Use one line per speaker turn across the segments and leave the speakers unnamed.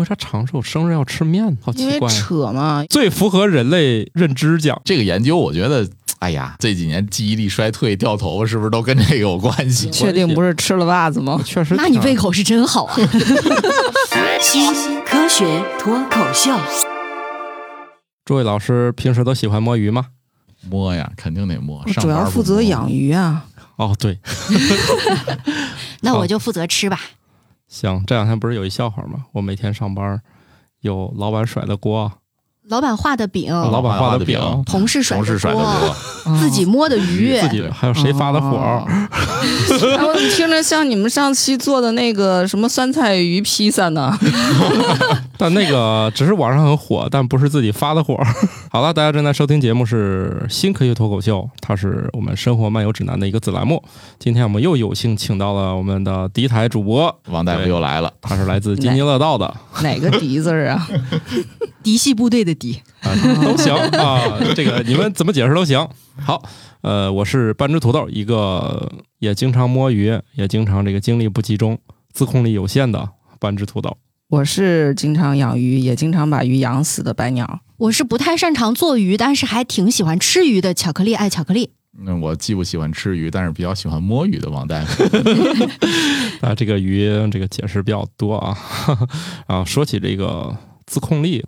为啥长寿生日要吃面？好奇
因为
怪啊。
扯嘛，
最符合人类认知奖，
这个研究，我觉得，哎
嗯
呀，这几年记忆力衰退、掉头发，是不是都跟这个有关系？
确定不是吃了袜子吗？
确实
那你
挺
胃口是真好啊！
新科学脱口秀，
诸位老师平时都喜欢摸鱼吗？
摸呀，肯定得摸。
嗯我
上
主要
班不
负责
摸
养鱼 啊，
哦，对，
那
好
我就负责吃吧。
行，这两天不是有一笑话吗？我每天上班，有老板甩的锅，啊
老板画的饼，
嗯老板画的饼，
老板画的
同事甩
嗯同事甩的
锅，嗯
多，
自己摸的鱼，
自己还有谁发的火？
哦哎，我怎么听着像你们上期做的那个什么酸菜鱼披萨呢？
但那个只是网上很火，但不是自己发的火。 好了，大家正在收听节目是《新科学脱口秀》，它是我们《生活漫游指南》的一个子栏目。今天我们又有幸请到了我们的第一台主播，
王大夫又来了，
他是来自津津乐道的，
哪个笛子啊？
嫡系部队的嫡。
啊， 都行啊，这个你们怎么解释都行。好，呃，我是半只土豆，一个也经常摸鱼，也经常这个精力不集中、自控力有限的半只土豆。
我是经常养鱼，也经常把鱼养死的白鸟。
我是不太擅长做鱼，但是还挺喜欢吃鱼的。巧克力爱巧克力，
那嗯我既不喜欢吃鱼，但是比较喜欢摸鱼的王大夫。
啊，这个鱼这个解释比较多啊。 啊，说起这个自控力，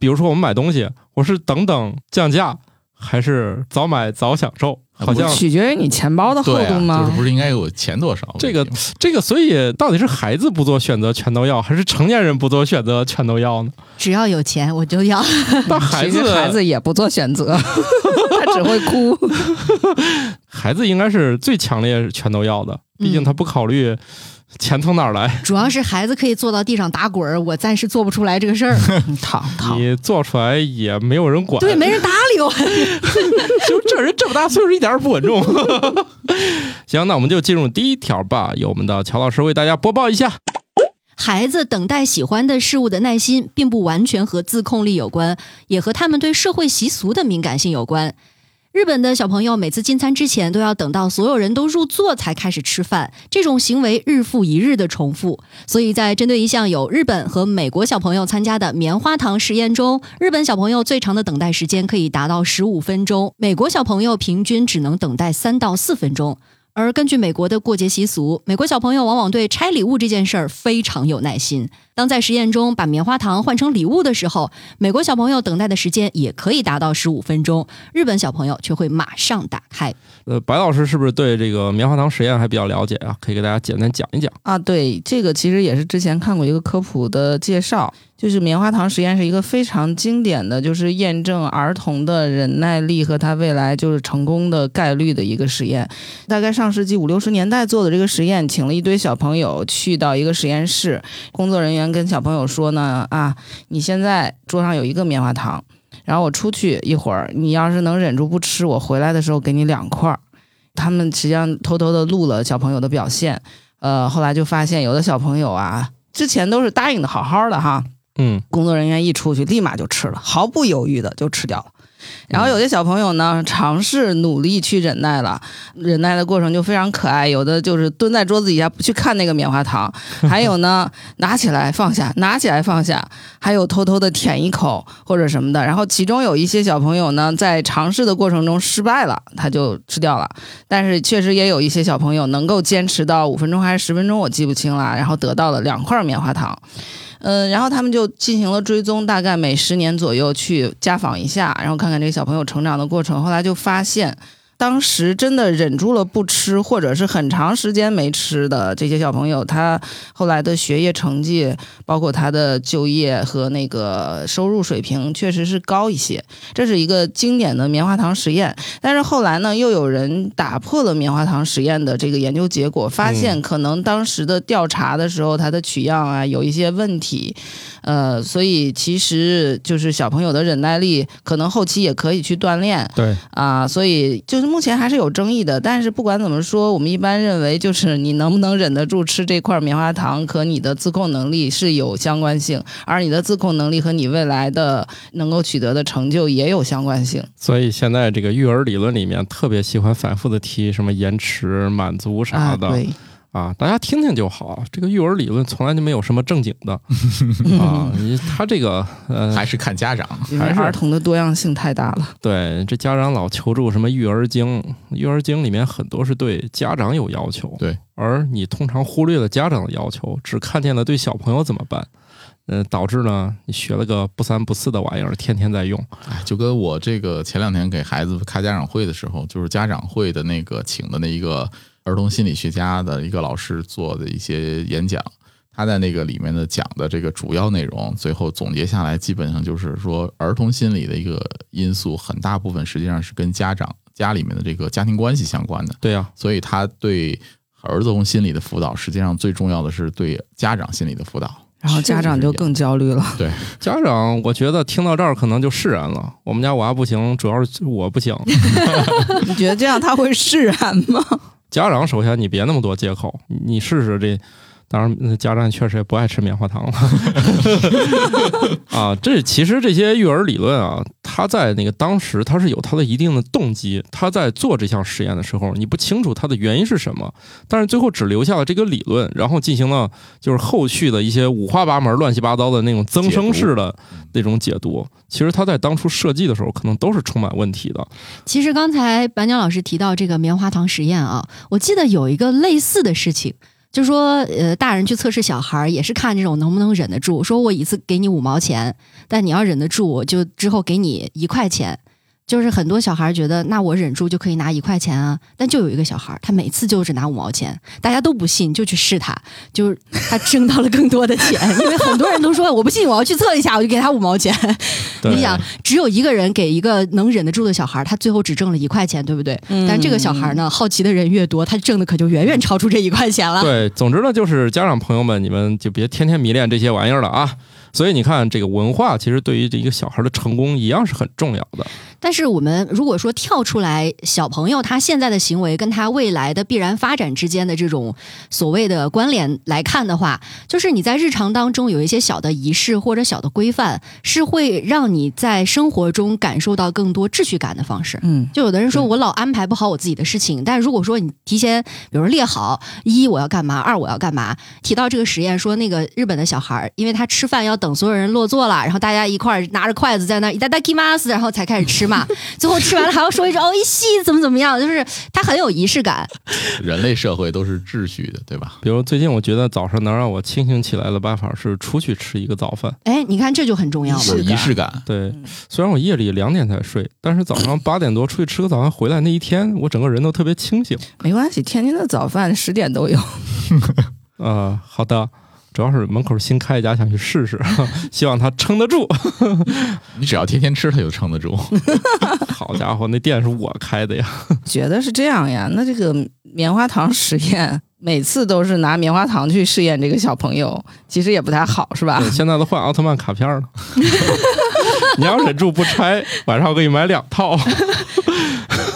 比如说我们买东西，我是等等降价，还是早买早享受？
啊
好
不
像
取决于你钱包的厚
对
度
啊，
吗？
就是不是应该有钱多少？
这个
我觉得
这个，所以到底是孩子不做选择全都要，还是成年人不做选择全都 要呢？
只要有钱我就要。
但
其实孩子也不做选择， 他只会 哭。
孩子应该是最强烈全都要的，毕竟他不考虑钱从哪儿来，
主要是孩子可以坐到地上打滚儿，我暂时做不出来这个事儿。
躺躺，
你做出来也没有人管。
对，没人搭理我。
就这人这么大岁数一点儿也不稳重。 行，那我们就进入第一条吧，由我们的乔老师为大家播报一下。
孩子等待喜欢的事物的耐心，并不完全和自控力有关，也和他们对社会习俗的敏感性有关。日本的小朋友每次进餐之前都要等到所有人都入座才开始吃饭，这种行为日复一日的重复。所以在针对一项有日本和美国小朋友参加的棉花糖实验中，日本小朋友最长的等待时间可以达到十五分钟，美国小朋友平均只能等待三到四分钟。而根据美国的过节习俗，美国小朋友往往对拆礼物这件事儿非常有耐心。当在实验中把棉花糖换成礼物的时候，美国小朋友等待的时间也可以达到十五分钟，日本小朋友却会马上打开。
呃，白老师是不是对这个棉花糖实验还比较了解啊？可以给大家简单讲一讲。
啊，对，这个其实也是之前看过一个科普的介绍，就是棉花糖实验是一个非常经典的，就是验证儿童的忍耐力和他未来就是成功的概率的一个实验。大概上世纪五六十年代做的这个实验，请了一堆小朋友去到一个实验室，工作人员跟小朋友说呢，啊，你现在桌上有一个棉花糖，然后我出去一会儿，你要是能忍住不吃，我回来的时候给你两块儿。他们实际上偷偷的录了小朋友的表现。呃，后来就发现有的小朋友啊，之前都是答应的好好的哈，
嗯，
工作人员一出去立马就吃了，毫不犹豫的就吃掉了。然后有些小朋友呢，尝试努力去忍耐了，忍耐的过程就非常可爱。有的就是蹲在桌子底下不去看那个棉花糖，还有呢，拿起来放下，拿起来放下，还有偷偷的舔一口或者什么的。然后其中有一些小朋友呢，在尝试的过程中失败了，他就吃掉了。但是确实也有一些小朋友能够坚持到五分钟还是十分钟，我记不清了，然后得到了两块棉花糖。嗯，然后他们就进行了追踪，大概每十年左右去家访一下，然后看看这个小朋友成长的过程。后来就发现，当时真的忍住了不吃，或者是很长时间没吃的这些小朋友，他后来的学业成绩，包括他的就业和那个收入水平，确实是高一些。这是一个经典的棉花糖实验。但是后来呢，又有人打破了棉花糖实验的这个研究结果，发现可能当时的调查的时候，它的取样啊有一些问题，呃，所以其实就是小朋友的忍耐力可能后期也可以去锻炼
对，
啊、所以就是目前还是有争议的。但是不管怎么说，我们一般认为就是 你能不能忍得住吃这块棉花糖，和你的自控能力是有相关性，而你的自控能力和你未来的能够取得的成就也有相关性。
所以现在这个育儿理论里面特别喜欢反复的提什么延迟、满足啥的
啊、对。
啊，大家听听就好。啊这个育儿理论从来就没有什么正经的啊，你他这个呃，
还是看家长。
因为
还是
儿童的多样性太大了。
对这家长老求助什么育儿经，育儿经里面很多是对家长有要求，
对，
而你通常忽略了家长的要求，只看见了对小朋友怎么办，嗯、导致呢你学了个不三不四的玩意儿，天天在用，
哎，就跟我这个前两天给孩子开家长会的时候，就是家长会的那个请的那一个儿童心理学家的一个老师做的一些演讲，他在那个里面的讲的这个主要内容，最后总结下来，基本上就是说，儿童心理的一个因素，很大部分实际上是跟家长家里面的这个家庭关系相关的，
对啊呀、
所以他对儿童心理的辅导，实际上最重要的是对家长心理的辅导。
然后家长就更焦虑了，
家长，我觉得听到这儿可能就释然了。我们家娃不行，主要是我不行。
你觉得这样他会释然吗？
家长，首先你别那么多借口，你试试这。当然，那家长确实也不爱吃棉花糖了 啊。这其实这些育儿理论啊，它在那个当时它是有它的一定的动机。他在做这项实验的时候，你不清楚它的原因是什么，但是最后只留下了这个理论，然后进行了就是后续的一些五花八门、乱七八糟的那种增生式的那种解读。其实他在当初设计的时候，可能都是充满问题的。
其实刚才白鸟老师提到这个棉花糖实验啊，我记得有一个类似的事情，就说呃，大人去测试小孩儿也是看这种能不能忍得住，说我一次给你五毛钱，但你要忍得住，我就之后给你一块钱。就是很多小孩儿觉得，那我忍住就可以拿一块钱啊，但就有一个小孩儿，他每次就只拿五毛钱，大家都不信，就去试他，就是他挣到了更多的钱，因为很多人都说我不信，我要去测一下，我就给他五毛钱，
对
你想，只有一个人给一个能忍得住的小孩儿，他最后只挣了一块钱，对不对？
嗯
但这个小孩儿呢，好奇的人越多，他挣的可就远远超出这一块钱了。
对，总之呢，就是家长朋友们，你们就别天天迷恋这些玩意儿了啊。所以你看，这个文化其实对于这一个小孩的成功一样是很重要的。
但是我们如果说跳出来，小朋友他现在的行为跟他未来的必然发展之间的这种所谓的关联来看的话，就是你在日常当中有一些小的仪式或者小的规范，是会让你在生活中感受到更多秩序感的方式。
嗯，
就有的人说我老安排不好我自己的事情，但如果说你提前，比如说列好一我要干嘛，二我要干嘛，提到这个实验说那个日本的小孩儿，因为他吃饭要等所有人落座了，然后大家一块儿拿着筷子在那儿いただきます，然后才开始吃嘛，最后吃完了还要说一句哦一西怎么怎么样，就是他很有仪式感。
人类社会都是秩序的，对吧？
比如最近，我觉得早上能让我清醒起来的办法是出去吃一个早饭。
哎，你看这就很重要
仪式
了
有
感。
仪式感。
对，虽然我夜里两点才睡，但是早上八点多出去吃个早饭回来那一天，我整个人都特别清醒。
没关系，天津的早饭十点都有。
呃，好的，主要是门口新开一家，想去试试，希望他撑得住。
你只要天天吃，它就撑得住。
好家伙，那店是我开的呀。
觉得是这样呀？那这个棉花糖实验，每次都是拿棉花糖去试验这个小朋友，其实也不太好，是吧？
对，现在都换奥特曼卡片了。 你要忍住不拆，晚上我给你买两 套。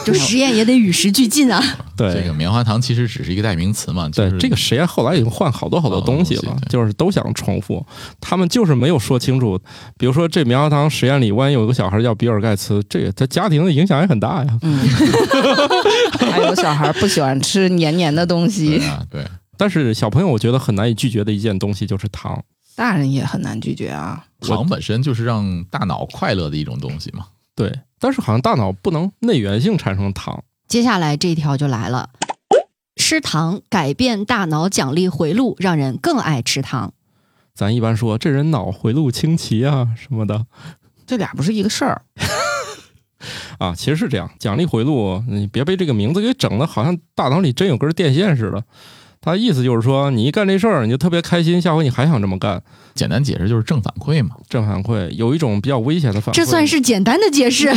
就实验也得与时俱进啊。
对，
这个棉花糖其实只是一个代名词嘛。就
对
是、哦
这个实验后来已经换好多好多东西了，
好多东西对
就是都想重复，他们就是没有说清楚。比如说这棉花糖实验里，万一有个小孩叫比尔盖茨，这个他家庭的影响也很大呀。
嗯， 还有小孩不喜欢吃黏黏的东
对
西，
啊，对，
但是小朋友我觉得很难以拒绝的一件东西就是糖。
大人也很难拒绝啊。
糖本身就是让大脑快乐的一种东西嘛。
对，但是好像大脑不能内源性产生糖。
接下来这一条就来了，吃糖改变大脑奖励回路，让人更爱吃糖。
咱一般说这人脑回路清奇啊什么的
这俩不是一个事儿，
啊，其实是这样，奖励回路你别被这个名字给整的，好像大脑里真有根电线似的。他意思就是说，你一干这事儿你就特别开心，下回你还想这么干。
简单解释就是正反馈嘛。
正反馈，有一种比较危险的反馈，
这算是简单的解释，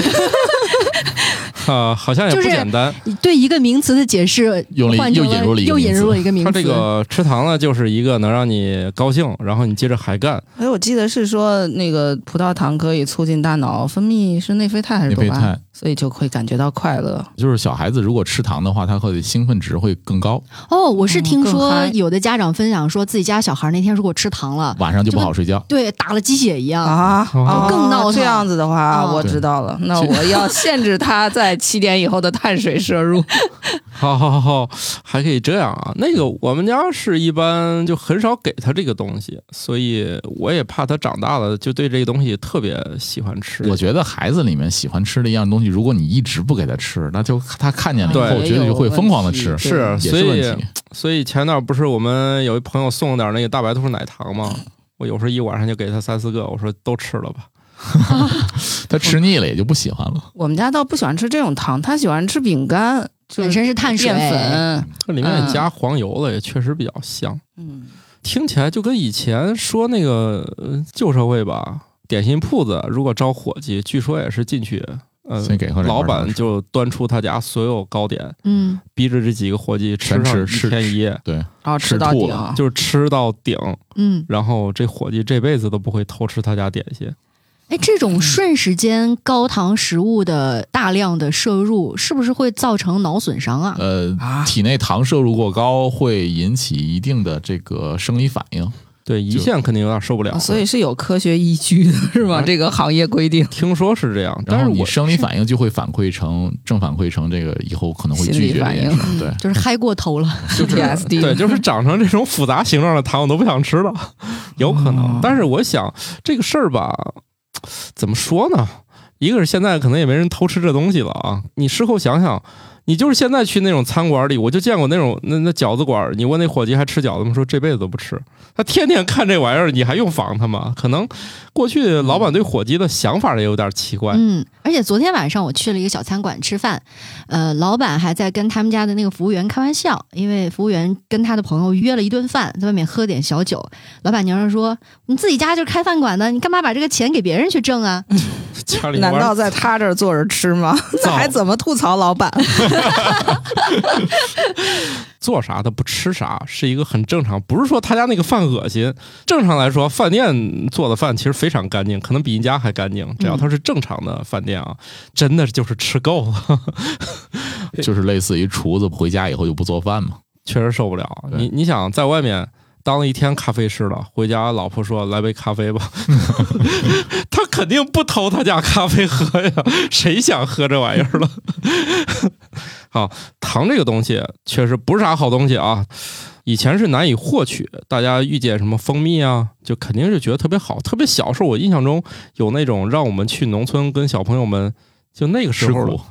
啊、好像也不
就是
简单。
你对一个名词的解释
用了一
换成
又引入了一个
又引入了一个名
他
词。
这个吃糖呢，就是一个能让你高兴，然后你接着还干。
哎，我记得是说那个葡萄糖可以促进大脑分泌是内啡肽还是
内
多
啡
巴胺？
肽
所以就会感觉到快乐。
就是小孩子如果吃糖的话，他会兴奋值会更高，
哦，我是
嗯
听
更
说
嗨
有的家长分享说，自己家小孩那天如果吃糖了，
晚上就不
这个
好睡觉。
对，打了鸡血一样。
啊，
哦
更闹腾
这样子的话，
哦
我知道了。那我要限制他在七点以后的碳水摄 入。
好好好好，还可以这样啊。那个我们家是一般就很少给他这个东西，所以我也怕他长大了就对这个东西特别喜欢吃。
我觉得孩子里面喜欢吃的一样东西，如果你一直不给他吃，那就他看见了以
对
后，觉得就会疯狂的吃，
是
对
也
所
是
以
问题。
所以前段不是我们有一朋友送了点那个大白兔奶糖吗？我有时候一晚上就给他三四个，我说都吃了吧。
他吃腻了也就不喜欢了。
我们家倒不喜欢吃这种糖，他喜欢吃饼干，就
本身是碳水哎
淀粉。
这里面也加黄油了，也确实比较香。
嗯，
听起来就跟以前说那个呃旧社会吧，点心铺子如果招伙计，据说也是进去，呃，
先给后
老板就端出他家所有糕点，
嗯，
逼着这几个伙计吃
全
上
吃
一
吃
天一夜，
对，
然后
吃
吃
啊
到啊
吐
顶，
了
就是吃啊到顶。
嗯，
然后这伙计这辈子都不会偷吃他家点心。
哎，这种
嗯
瞬时间高糖食物的大量的摄入，是不是会造成脑损伤啊？
呃
啊，
体内糖摄入过高会引起一定的这个生理反应。
对，胰
就
腺肯定有点受不了。
哦所以是有科学依据的，是吗？
嗯
这个行业规定，
听说是这样，但
然
是
后你
我
生理反应就会反馈成正反馈成这个以后可能会
心
拒
理
绝这
反
件
应
事儿，呃对。
就是嗨过头了。
PTSD
对， 就是长成这种复杂形状的糖，我都不想吃了，有可能。但是我想这个事儿吧，怎么说呢？一个是现在可能也没人偷吃这东西了啊，你事后想想，你就是现在去那种餐馆里，我就见过那种那那饺子馆儿，你问那伙计还吃饺子吗？说这辈子都不吃，他天天看这玩意儿，你还用防他吗？可能过去老板对伙计的想法也有点奇怪。
嗯，而且昨天晚上我去了一个小餐馆吃饭，呃，老板还在跟他们家的那个服务员开玩笑，因为服务员跟他的朋友约了一顿饭，在外面喝点小酒。老板娘就说：“你自己家就是开饭馆的，你干嘛把这个钱给别人去挣啊？”
家里
难
玩
道在他这儿坐着 吃吗？那还怎么吐槽老板？
做啥他不吃啥是一个很正常，不是说他家那个饭恶心。正常来说，饭店做的饭其实非常干净，可能比你家还干净。只要他是正常的饭店啊，真的就是吃够了，
就是类似于厨子回家以后就不做饭嘛。
确实受不了。
对
你你想在外面当了一天咖啡师了，回家老婆说来杯咖啡吧，他肯定不偷他家咖啡喝呀， 谁想喝这玩意儿了？ 好，糖这个东西确实不是啥好东西啊。以前是难以获取，大家遇见什么蜂蜜啊，就肯定是觉得特别好。特别小时候，我印象中有那种让我们去农村跟小朋友们，就那个时候
吃
了
苦嗯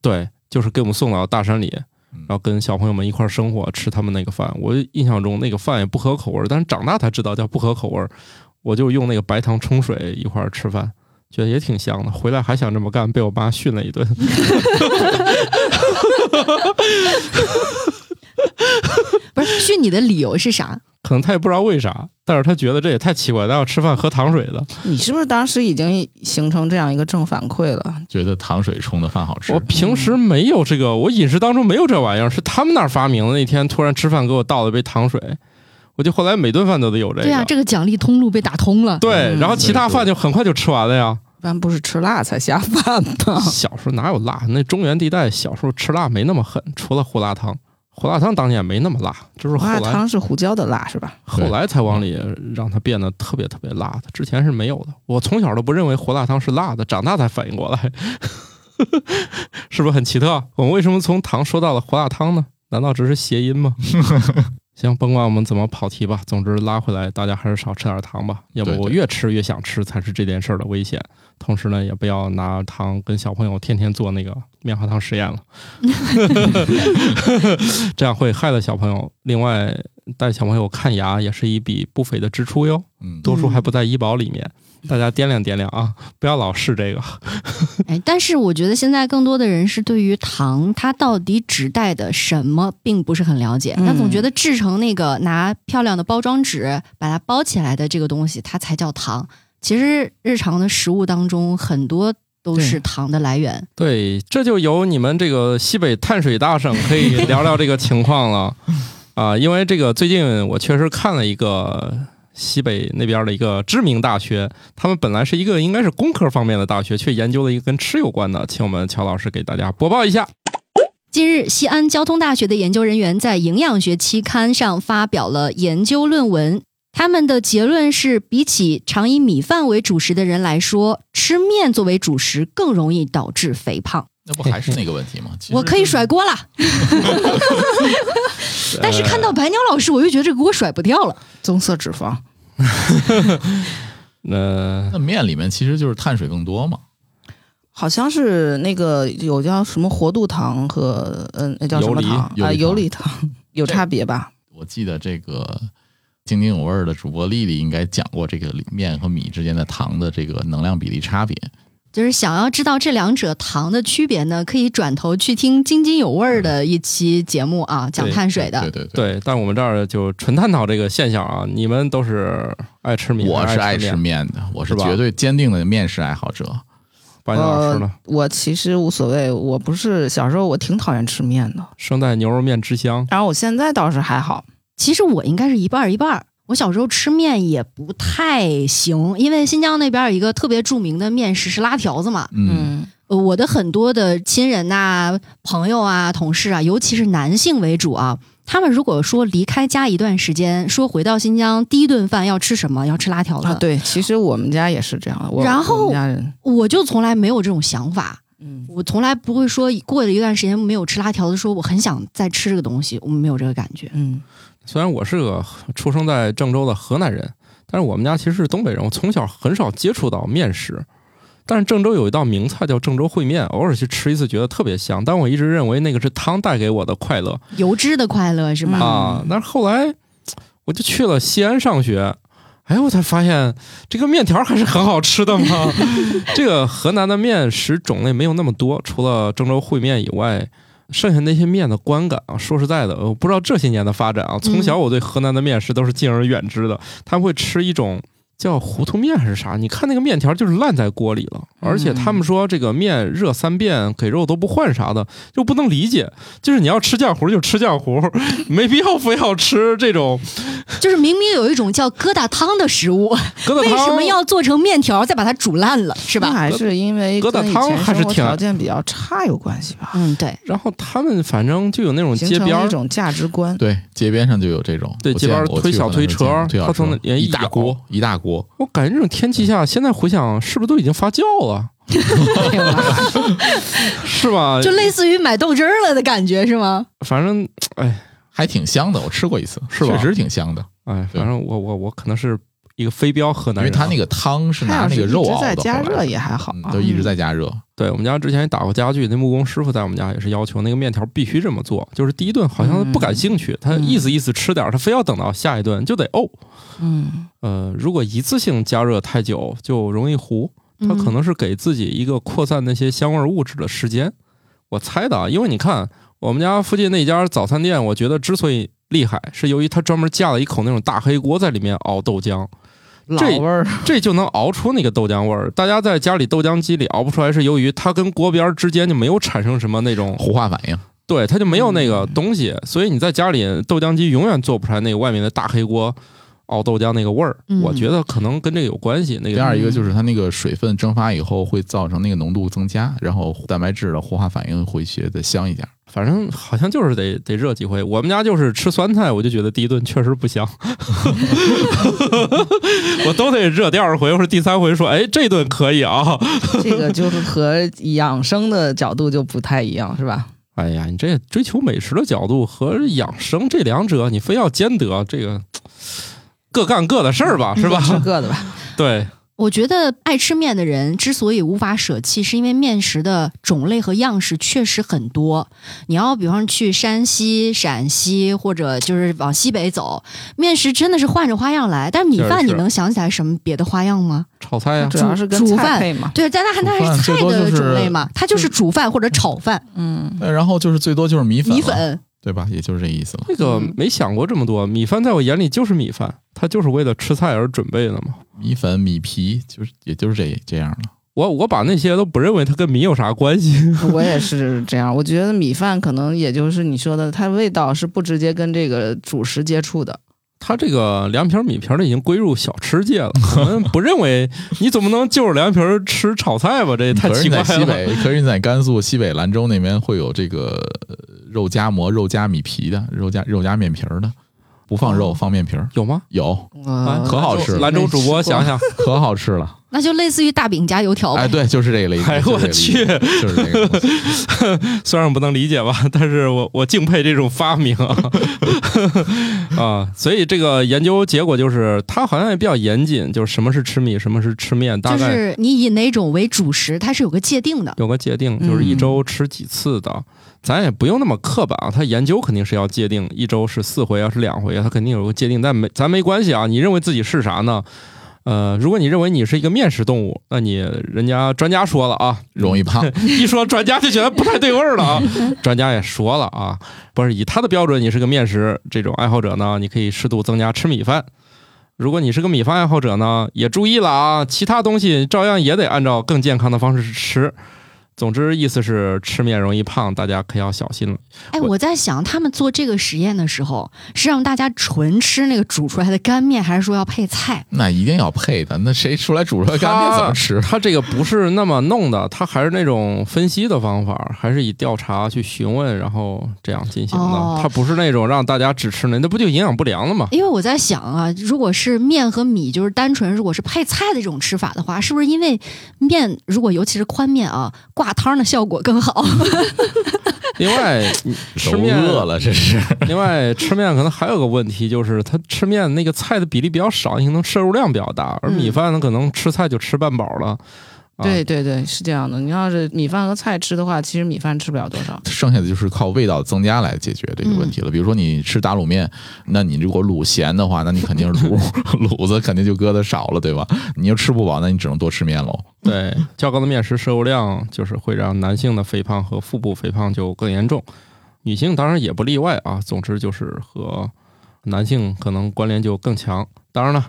对，就是给我们送到大山里，然后跟小朋友们一块儿生活，吃他们那个饭。我印象中那个饭也不合口味儿，但是长大才知道叫不合口味儿。我就用那个白糖冲水一块儿吃饭，觉得也挺香的。回来还想这么干，被我妈训了一顿。
不是训你的理由是啥？
可能他也不知道为啥，但是他觉得这也太奇怪，他要吃饭喝糖水的。
你是不是当时已经形成这样一个正反馈了？
觉得糖水冲的饭好吃
我，平时没有这个，我饮食当中没有这玩意儿，是他们那儿发明的。那天突然吃饭给我倒了一杯糖水，我就后来每顿饭都得有这个。
对啊，这个奖励通路被打通了。
对
嗯
然后其他饭就很快就吃完了呀。
一般不是吃辣才下 饭吗？
小时候哪有辣？那中原地带小时候吃辣没那么狠，除了胡辣汤，胡辣汤当年也没那么辣，就是后
辣
来
汤是胡椒的辣是吧？
后来才往里让它变得特别特别辣的，之前是没有的。我从小都不认为胡辣汤是辣的，长大才反应过来， 是不是很奇特？啊我们为什么从糖说到了胡辣汤呢？难道只是谐音 吗？行，甭管我们怎么跑题吧，总之拉回来，大家还是少吃点糖吧，要不
对对
我越吃越想吃才是这件事儿的危险。同时呢，也不要拿糖跟小朋友天天做那个棉花糖实 验了， 这样会害了小朋友。另外，带小朋友看牙也是一笔不菲的支出哟，
嗯，
多数还不在医保里面。大家掂量掂量啊，不要老试这个。
哎，但是我觉得现在更多的人是对于糖它到底指代的什么，并不是很了解。他总觉得制成那个拿漂亮的包装纸把它包起来的这个东西，它才叫糖。其实日常的食物当中，很多都是
对
糖的来源。
对，这就由你们这个西北碳水大省可以 聊聊这个情况了啊、因为这个最近我确实看了一个西北那边的一个知名大学，他们本来是一个应该是工科方面的大学，却研究了一个跟吃有关的，请我们乔老师给大家播报一下。
近日，西安交通大学的研究人员在《营养学》期刊上发表了研究论文。他们的结论是，比起常以米饭为主食的人来说，吃面作为主食更容易导致肥胖。
那不还是那个问题吗？其实
我可以 甩锅了，但
哎
是看到白鸟老师，我就觉得这锅甩不掉了。
棕色脂肪，
呃，
那面里面其实就是碳水更多嘛，
好像是那个有叫什么活度糖和嗯，那叫什么
游离
糖
游离
啊？
糖
游离糖有差别吧？
我记得这个津津有味儿的主播丽丽应该讲过这个里面和米之间的糖的这个能量比例差别。
就是想要知道这两者糖的区别呢，可以转头去听津津有味儿的一期节目啊，讲碳水
对
的。
对对，
对，但我们这儿就纯探讨这个现象啊，你们都是爱吃米，
我是
爱
爱吃
面，
面的，我是
是吧
绝对坚定的面食爱好者。
白鸟老师呢，
呃我其实无所谓，我不是小时候我挺讨厌吃面的，
生带牛肉面之乡，
然后我现在倒是还好。
其实我应该是一半儿一半儿。我小时候吃面也不太行，因为新疆那边有一个特别著名的面食是拉条子嘛。
嗯，
嗯，
呃我的很多的亲人呐、朋友啊、同事啊，尤其是男性为主啊，他们如果说离开家一段时间，说回到新疆第一顿饭要吃什么，要吃拉条子，
啊，对，其实我们家也是这样的。我
然后
我们家人，
我就从来没有这种想法。
嗯，
我从来不会说过了一段时间没有吃拉条子，说我很想再吃这个东西，我没有这个感觉。
嗯，
虽然我是个出生在郑州的河南人，但是我们家其实是东北人，我从小很少接触到面食。但是郑州有一道名菜叫郑州烩面，偶尔去吃一次觉得特别香，但我一直认为那个是汤带给我的快乐
油脂的快乐是吗？
嗯
啊。但是后来我就去了西安上学，哎，我才发现这个面条还是很好吃的嘛。这个河南的面食种类没有那么多，除了郑州烩面以外。剩下那些面的观感啊，说实在的，我不知道这些年的发展啊，从小我对河南的面食都是敬而远之的。他们会吃一种叫糊涂面还是啥？你看那个面条就是烂在锅里了，而且他
嗯
们说这个面热三遍，给肉都不换啥的，就不能理解。就是你要吃浆糊就吃浆糊， 没必要非要吃这种
就是明明有一种叫疙瘩汤的食物，
疙瘩
为
汤。
什么要做成面条再把它煮烂了，是
那
吧？
还是因为
疙瘩
跟以
汤
前
还是
生活
挺
条件比较差有关系吧，
嗯，对，
然后他们反正就有那
嗯
种
形
街
成
边
了
儿
一种价值 观。
对，街边上就有这种，
对
我
街边
见过
推小推车
我去过那种街边
他从那
推小
人
车
一
一大
咬
锅一大锅，
我感觉这种天气下，现在回想是不是都已经发酵了，
没有了
是吧？
就类似于买豆汁儿了的感觉是吗？
反正
还挺香的，我吃过一次，
是吧
确实挺香的，
哎，
对
反正我我我可能是一个非标河
因
南
为
人啊、
它那个汤是
它
拿
要
那
是
个肉
一直
熬
在
的，
加
后
热
来
也还好
嗯
啊。
都一直在加热。
对我们家之前也打过家具，那木工师傅在我们家也是要求那个面条必须这么做，就是第一顿好像不感兴趣，他意思意思吃点儿，他非要等到下一顿就得哦。
嗯，
呃，如果一次性加热太久就容易糊，它可
嗯
能是给自己一个扩散那些香味物质的时间。我猜的啊，因为你看我们家附近那家早餐店，我觉得之所以厉害，是由于它专门架了一口那种大黑锅在里面熬豆浆。
老
这
味儿，
这就能熬出那个豆浆味儿。大家在家里豆浆机里熬不出来，是由于它跟锅边儿之间就没有产生什么那种，
糊化反应，
对，它就没有那个东西，所以你在家里豆浆机永远做不出来那个外面的大黑锅熬豆浆那个味儿。
嗯
我觉得可能跟这个有关系。那
第
个
二一个就是它那个水分蒸发以后会造成那个浓度增加，然后蛋白质的糊化反应会觉得香一点。
反正好像就是得得热几回。我们家就是吃酸菜，我就觉得第一顿确实不香， 我都得热第二回或者第三回说，哎，这顿可以啊。
这个就是和养生的角度就不太一样，是吧？
哎呀，你这追求美食的角度和养生这两者，你非要兼得，这个各干各的事儿嗯吧，是吧？
各吃各的吧。
对，
我觉得爱吃面的人之所以无法舍弃，是因为面食的种类和样式确实很多。你要比方去山西、陕西，或者就是往西北走，面食真的是换着花样来。但是米
确实
饭，
是
你能想起来什么别的花样吗？
炒菜呀、
主要是跟
煮
菜
饭
配嘛。
对，但它
煮
它
饭
是
最
菜
多
的
就是
种类嘛，它就是煮饭或者炒 饭、
嗯，
呃然后就是最多就是米粉，
米，粉。
对吧？也就是这意思了。
那个没想过这么多。米饭在我眼里就是米饭，它就是为了吃菜而准备的嘛。
米粉、米皮，就是也就是这这样了。
我我把那些都不认为它跟米有啥关系。
我也是这样。我觉得米饭可能也就是你说的，它味道是不直接跟这个主食接触的。
它这个凉皮儿、米皮儿的已经归入小吃界了，我们不认为你总不能就着凉皮儿吃炒菜吧？这也太
可是
奇
你
怪
在西
了。
北，可是你在甘肃西北兰州那边会有这个呃肉夹馍、肉夹米皮的、肉夹肉夹面皮儿的，不放肉放面皮儿，
有吗？
有
啊
嗯
可好吃了
兰州主播想，想，
可好吃 了。
那就类似于大饼加油条
哎，
呗。
对，就是这个类型，
哎
就是
我去
这个类型就是这个东西。
虽然我不能理解吧， 但是我我敬佩这种发明啊 啊！所以这个研究结果就是，它好像也比较严谨，就是什么是吃米，什么是吃面，大
就
概
是你以哪种为主食，它是有个界定的。
有个界定，就是一周吃几次的。咱也不用那么刻板啊，他研究肯定是要界定一周是四回啊，是两回啊，他肯定有个界定，但没咱没关系啊。你认为自己是啥呢？呃，如果你认为你是一个面食动物，那你人家专家说了啊，
容 易胖，
一说专家就觉得不太对味儿了啊。专家也说了啊，不是以他的标准，你是个面食这种爱好者呢，你可以适度增加吃米饭。如果你是个米饭爱好者呢，也注意了啊，其他东西照样也得按照更健康的方式吃。总之，意思是吃面容易胖，大家可要小心了。
哎，
我
我在想，他们做这个实验的时候，是让大家纯吃那个煮出来的干面，还是说要配菜？
那一定要配的。那谁出来煮出来干面怎么吃？
他这个不是那么弄的，他还是那种分析的方法，还是以调查去询问，然后这样进行
哦
的。他不是那种让大家只吃那，那不就营养不良了吗？
因为我在想啊，如果是面和米，就是单纯如果是配菜的这种吃法的话，是不是因为面如果尤其是宽面啊，挂汤的效果更好？
另外，你吃
都
面
饿了，这是。
另外，吃面可能还有个问题，就是它吃面那个菜的比例比较少，你可能摄入量比较大，而
嗯
米饭呢，可能吃菜就吃半饱了。啊
对对对，是这样的。你要是米饭和菜吃的话，其实米饭吃不了多少。
剩下的就是靠味道增加来解决这个问题了。比如说你吃打卤面，那你如果卤咸的话，那你肯定是卤 卤子肯定就搁的少了，对吧？你又吃不饱，那你只能多吃面喽。
对，较高的面食摄入量就是会让男性的肥胖和腹部肥胖就更严重，女性当然也不例外啊。总之就是和男性可能关联就更强。当然了，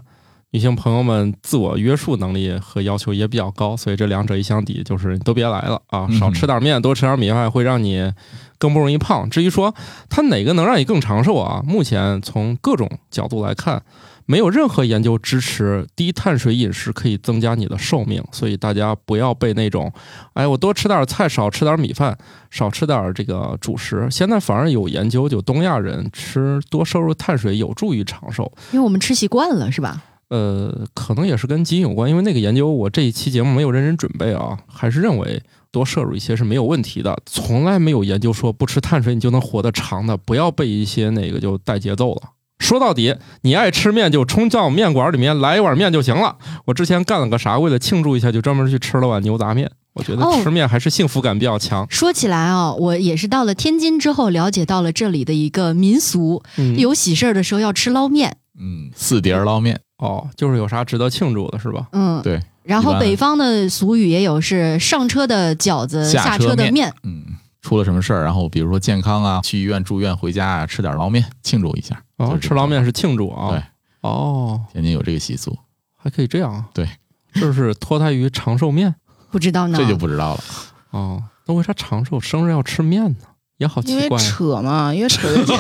女性朋友们自我约束能力和要求也比较高，所以这两者一相抵，就是都别来了啊，
嗯
少吃点面，多吃点米饭，会让你更不容易胖。至于说它哪个能让你更长寿啊，目前从各种角度来看，没有任何研究支持低碳水饮食可以增加你的寿命，所以大家不要被那种，哎，我多吃点菜，少吃点米饭，少吃点这个主食。现在反而有研究，就东亚人吃多摄入碳水有助于长寿。
因为我们吃习惯了，是吧？
呃，可能也是跟基因有关，因为那个研究我这一期节目没有认真准备啊，还是认为多摄入一些是没有问题的。从来没有研究说不吃碳水你就能活得长的，不要被一些那个就带节奏了。说到底，你爱吃面就冲到面馆里面来一碗面就行了。我之前干了个啥，为了庆祝一下，就专门去吃了碗牛杂面。我觉得
哦
吃面还是幸福感比较强。
说起来啊、我也是到了天津之后，了解到了这里的一个民俗，
嗯，
有喜事儿的时候要吃捞面。
嗯，四碟儿捞面，
哦，就是有啥值得庆祝的是吧？
嗯，
对。
然
一
后
般
北方的俗语也有是上车的饺子，
下
下
车
车的
面
面。
嗯，出了什么事儿，然后比如说健康啊，去医院住院，回家啊，吃点捞面庆祝一下。
哦
就，是
吃捞面是庆祝啊。
对
哦，
天津有这个习俗，
还可以这样啊。
对，
这是脱胎于长寿面。
不知道呢，
这就不知道了。
哦，那为啥长寿生日要吃面呢？也好
因
奇
为
怪啊、
扯嘛，因为扯就扯。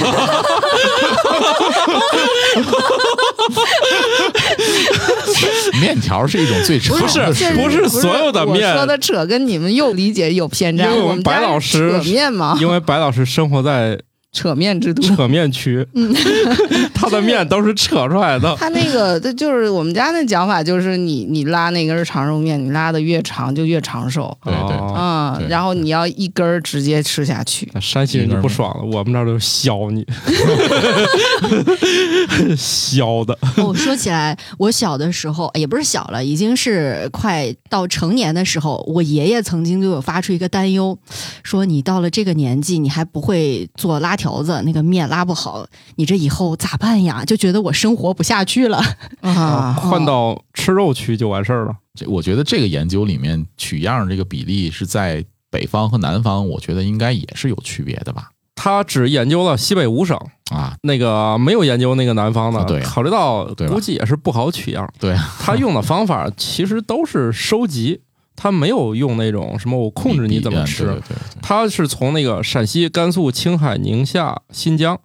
面条是一种 最长
不是
的食物
不是所有的面
我说的扯跟你们又理解有偏差。
因为我们
我
白
家
老师
扯面嘛，
因为白老师生活在
扯面之都。
扯面区，
嗯
他的面都是扯出来 的。
他那个，这就是我们家那讲法，就是你你拉那根长寿面，你拉的越长就越长寿
对对
哦
啊、
对
然后你要一根儿直接吃下去。
那山西人就不爽了，我们这儿就削 你，削的。
哦，说起来，我小的时候也不是小了，已经是快到成年的时候，我爷爷曾经对我发出一个担忧，说你到了这个年纪，你还不会做拉条子，那个面拉不好，你这以后咋办呀？就觉得我生活不下去了。
啊，
换到吃肉区就完事儿了。
这我觉得这个研究里面取样这个比例是在北方和南方，我觉得应该也是有区别的吧？
他只研究了西北五省，
啊，
那个没有研究那个南方的，
啊对
考虑到
对吧
估计也是不好取样。
对啊，
他用的方法其实都是收集，他没有用那种什么我控制你怎么
比
吃
比，嗯对对对对
他是从那个陕西、甘肃、青海、宁夏、新疆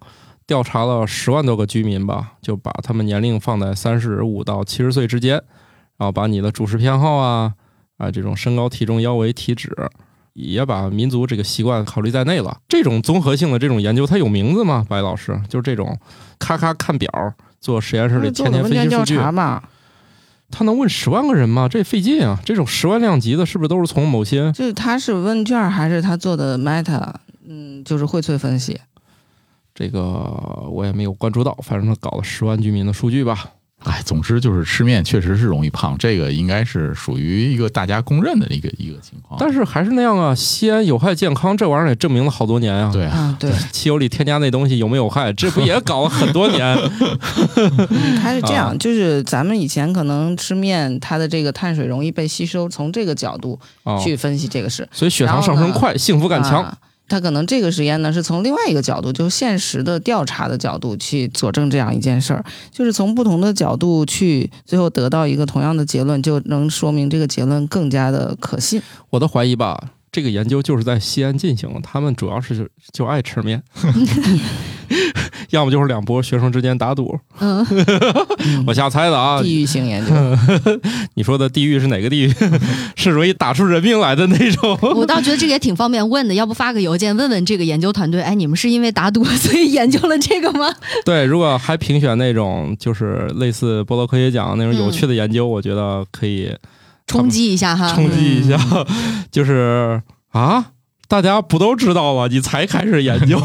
调查了十万多个居民吧，就把他们年龄放在三十五到七十岁之间，然后把你的主食偏好啊啊这种身高、体重、腰围、体脂，也把民族这个习惯考虑在内了。这种综合性的这种研究，它有名字吗？白老师，就是这种咔咔看表做实验室里天
做
天
问
分析
卷
数
调
据，
查吧，
他能问十万个人吗？这费劲啊！这种十万量级的，是不是都是从某些
就是他是问卷还是他做的 Meta，嗯，就是荟萃分析。
这个我也没有关注到，反正他搞了十万居民的数据吧。
哎，总之就是吃面确实是容易胖，这个应该是属于一个大家公认的一个一个情况。
但是还是那样啊，吸烟有害健康这玩意儿也证明了好多年啊。，
对啊，
啊，对，
汽油里添加那东西有没有害，这不也搞了很多年？
他嗯是这
啊
样，就是咱们以前可能吃面，它的这个碳水容易被吸收，从这个角度
啊，
去分析这个事，
所以血糖上升快，幸福感强。
啊他可能这个实验呢，是从另外一个角度，就是现实的调查的角度去佐证这样一件事儿，就是从不同的角度去，最后得到一个同样的结论，就能说明这个结论更加的可信。
我都怀疑吧，这个研究就是在西安进行的，他们主要是就就爱吃面，要么就是两拨学生之间打赌。
嗯，
我瞎猜的啊，
地域性研究，
你说的地狱是哪个地狱？ 是容易打出人命来的那种。
我倒觉得这个也挺方便问的，要不发个邮件问问这个研究团队，哎，你们是因为打赌 所以研究了这个吗？
对，如果还评选那种就是类似波罗科学奖那种有趣的研究，我觉得可以
冲击一下哈，
冲击一下。 就是啊，大家不都知道吗？你才开始研究，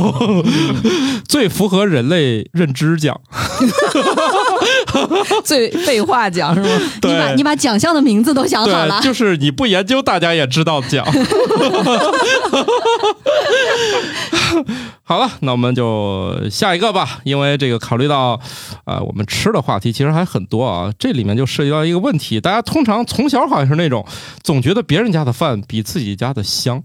最符合人类认知奖。
最废话讲是吗？，
你把
对
你，把奖项的名字都嗯想好了
对，，就是你不研究，大家也知道 奖。好了，那我们就下一个吧，因为这个考虑到，呃，我们吃的话题其实还很多啊，这里面就涉及到一个问题，大家通常从小好像是那种总觉得别人家的饭比自己家的香，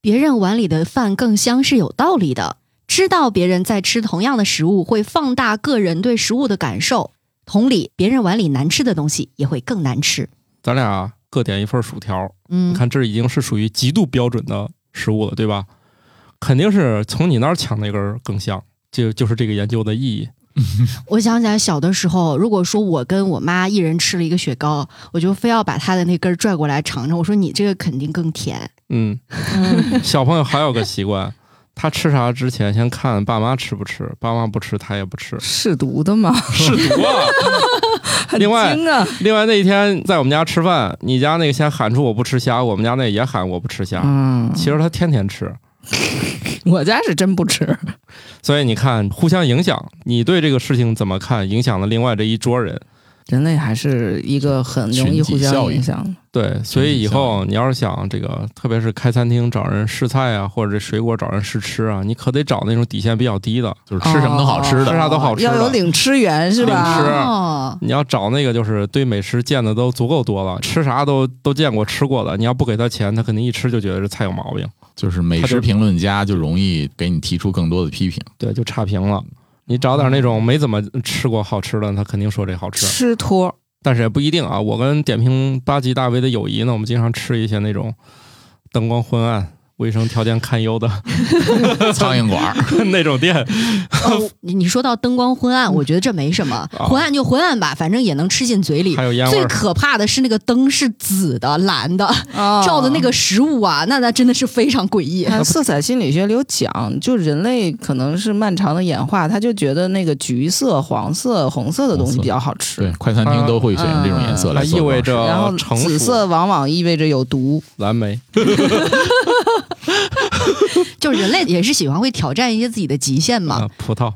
别人碗里的饭更香是有道理的。知道别人在吃同样的食物，会放大个人对食物的感受。同理，别人碗里难吃的东西也会更难吃。
咱俩啊各点一份薯条，你
嗯，
看这已经是属于极度标准的食物了，对吧？肯定是从你那儿抢那根儿更香，就就是这个研究的意义。
我想起来小的时候，如果说我跟我妈一人吃了一个雪糕，我就非要把她的那根儿拽过来尝尝。我说你这个肯定更甜。
嗯，小朋友还有个习惯，他吃啥之前先看爸妈吃不吃，爸妈不吃他也不吃
试毒的吗？
试毒啊！
很
另外
精啊，
另外那一天在我们家吃饭，你家那个先喊出我不吃虾，我们家那也喊我不吃虾，
嗯，
其实他天天吃，
我家是真不吃，
所以你看互相影响，你对这个事情怎么看，影响了另外这一桌人。
人类还是一个很容易互相影响的。
对，所以以
影
后你要是想这个，特别是开餐厅找人试菜啊，或者这水果找人试吃啊，你可得找那种底线比较低的。
就是吃什么都好吃
哦
的，
啥都好吃的
要有领吃员是
领吃
吧？
哦，
你要找那个就是对美食见的都足够多了，吃啥都都见过吃过的，你要不给他钱，他肯定一吃就觉得这菜有毛病，
就是美
它就
食评论家就容易给你提出更多的批评。
对，就差评了。你找点那种没怎么吃过好吃的，他肯定说这好吃，
吃托，
但是也不一定啊。我跟点评八级大 V 的友谊呢，我们经常吃一些那种灯光昏暗、卫生条件堪忧的
苍蝇馆儿，
那种店。
哦你你说到灯光昏暗，我觉得这没什么，
啊
昏暗就昏暗吧，反正也能吃进嘴里
还。有烟味
最
儿，
可怕的是那个灯是紫的、蓝的，照
照
的那个食物啊，那那真的是非常诡 异。
看色彩心理学里有讲，就人类可能是漫长的演化，他就觉得那个橘色、黄色、红色的东西比较好吃
对，，快餐厅都会选用这种颜色来
它
做
意味着
然后
成
紫
熟
色往往意味着有毒。
蓝莓。
就人类也是喜欢会挑战一些自己的极限嘛
嗯
啊。，葡萄，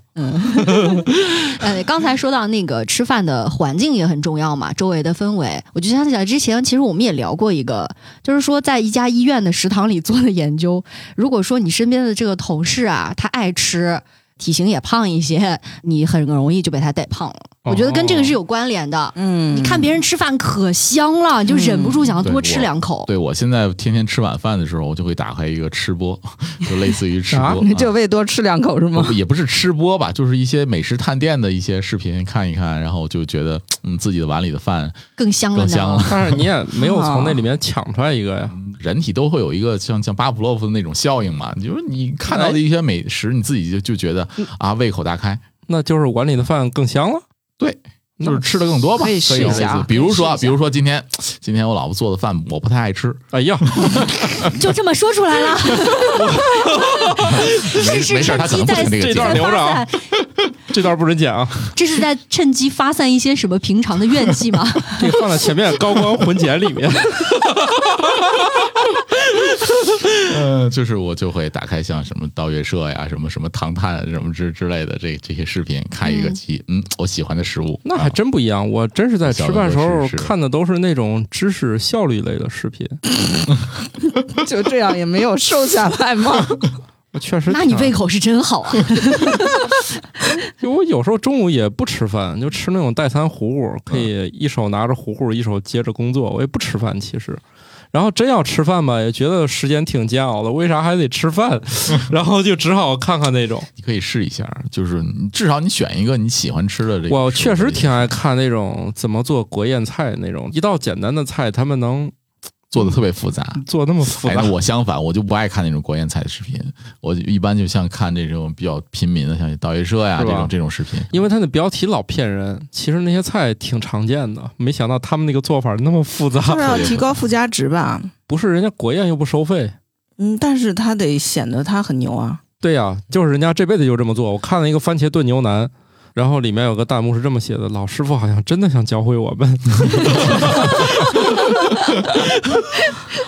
呃，刚才说到那个吃饭的环境也很重要嘛，周围的氛围，我就想起来之前其实我们也聊过一个，就是说在一家医院的食堂里做的研究，如果说你身边的这个同事啊，他爱吃。体型也胖一些，你很容易就被他带胖了。我觉得跟这个是有关联的。
嗯，
你看别人吃饭可香了，你就忍不住想
嗯
要
对
多吃
我
两口。
对我现在天天吃晚饭的时候，我就会打开一个吃播，就类似于吃播，
啊
啊
就为多吃两口是吗？
不也不是吃播吧，就是一些美食探店的一些视频看一看，然后就觉得嗯自己的碗里的饭
更香了
更
呢。
香了。
但是你也没有从那里面抢出来一个呀。
人体都会有一个像像巴甫洛夫的那种效应嘛，就是你看到的一些美食，你自己就就觉得啊胃口大开，
那就是碗里的饭更香了。
对，
那
就是吃的更多吧。
可以试一
有类似
下
比如说啊，
可以试
比
一下
如说今天今天我老婆做的饭我不太爱吃，
哎呀，
就这么说出来了。
没
是是
没事儿，她可
趁机
能不
在
听这
这
个节
段
目
留。着
发
啊
散，
这段不准剪啊！
这是在趁机发散一些什么平常的怨气吗？
这个放在前面高光混剪里面。
嗯，就是我就会打开像什么刀月社呀、什么什么唐探什么之之类的这这些视频，看一个集，嗯，我喜欢的食物。
那还
啊
真不一样，我真是在吃饭的时
小的
候
时候是
看的都是那种知识效率类的视频，
就这样也没有瘦下来 吗？
我确实。
那你胃？口是真好啊！
我有时候中午也不吃饭，就吃那种代餐糊糊，可以一手拿着糊糊，一手接着工作，我也不吃饭其实。然后真要吃饭吧，也觉得时间挺煎熬的，为啥还得吃饭？ 然后就只好看看那种。
你可以试一下，就是你至少你选一个你喜欢吃的这个。
我确实挺爱看那种怎么做国宴菜那种，一道简单的菜他们能
做的特别复杂。
做那么复
哎，
杂。
那我相反，我就不爱看那种国宴菜的视频，我就一般就像看这种比较平民的，像道爷社呀
是
这
吧
种这种视频。
因为它的标题老骗人，其实那些菜挺常见的，没想到他们那个做法那么复杂
当。然要提高附加值吧。
不是人家国宴又不收费，
嗯，但是他得显得他很牛啊。
对呀、就是人家这辈子就这么做。我看了一个番茄炖牛腩，然后里面有个弹幕是这么写的：老师傅好像真的想教会我们，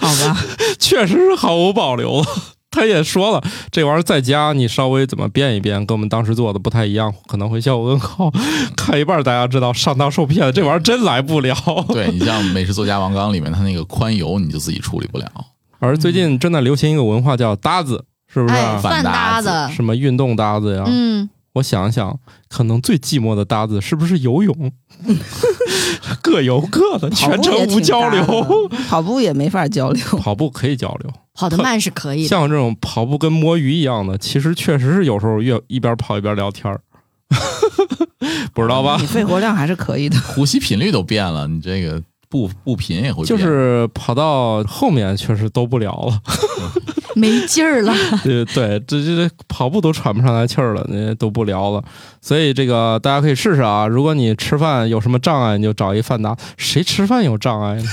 好吧，
确实是毫无保留了。他也说了，这玩意儿在家你稍微怎么变一变，跟我们当时做的不太一样，可能会效果更好。看一半儿大家知道上当受骗了，这玩意儿真来不了。
对你像美食作家王刚里面，他那个宽油你就自己处理不了，
而最近正在流行一个文化叫搭子，是不是、
哎，
啊？
饭
饭
搭
搭
子
子，
什么运动搭子呀？
嗯，
我想一想，可能最寂寞的搭子是不是游 泳？各游各的，
跑
全
步也
程
挺
无交
搭
流。
的，跑步也没法交流。
跑步可以交流，
跑得慢是可以的。
像这种跑步跟摸鱼一样的，其实确实是有时候越一边跑一边聊天儿， 不知道吧
你？肺活量还是可以的。
呼吸频率都变了，你这个步步频也会变。
就是跑到后面确实都不聊了，
没劲儿 了。
对对，这这这跑步都喘不上来气儿了，那都不聊了。所以这个大家可以试试啊，如果你吃饭有什么障碍，你就找一饭搭。谁吃饭有障碍呢？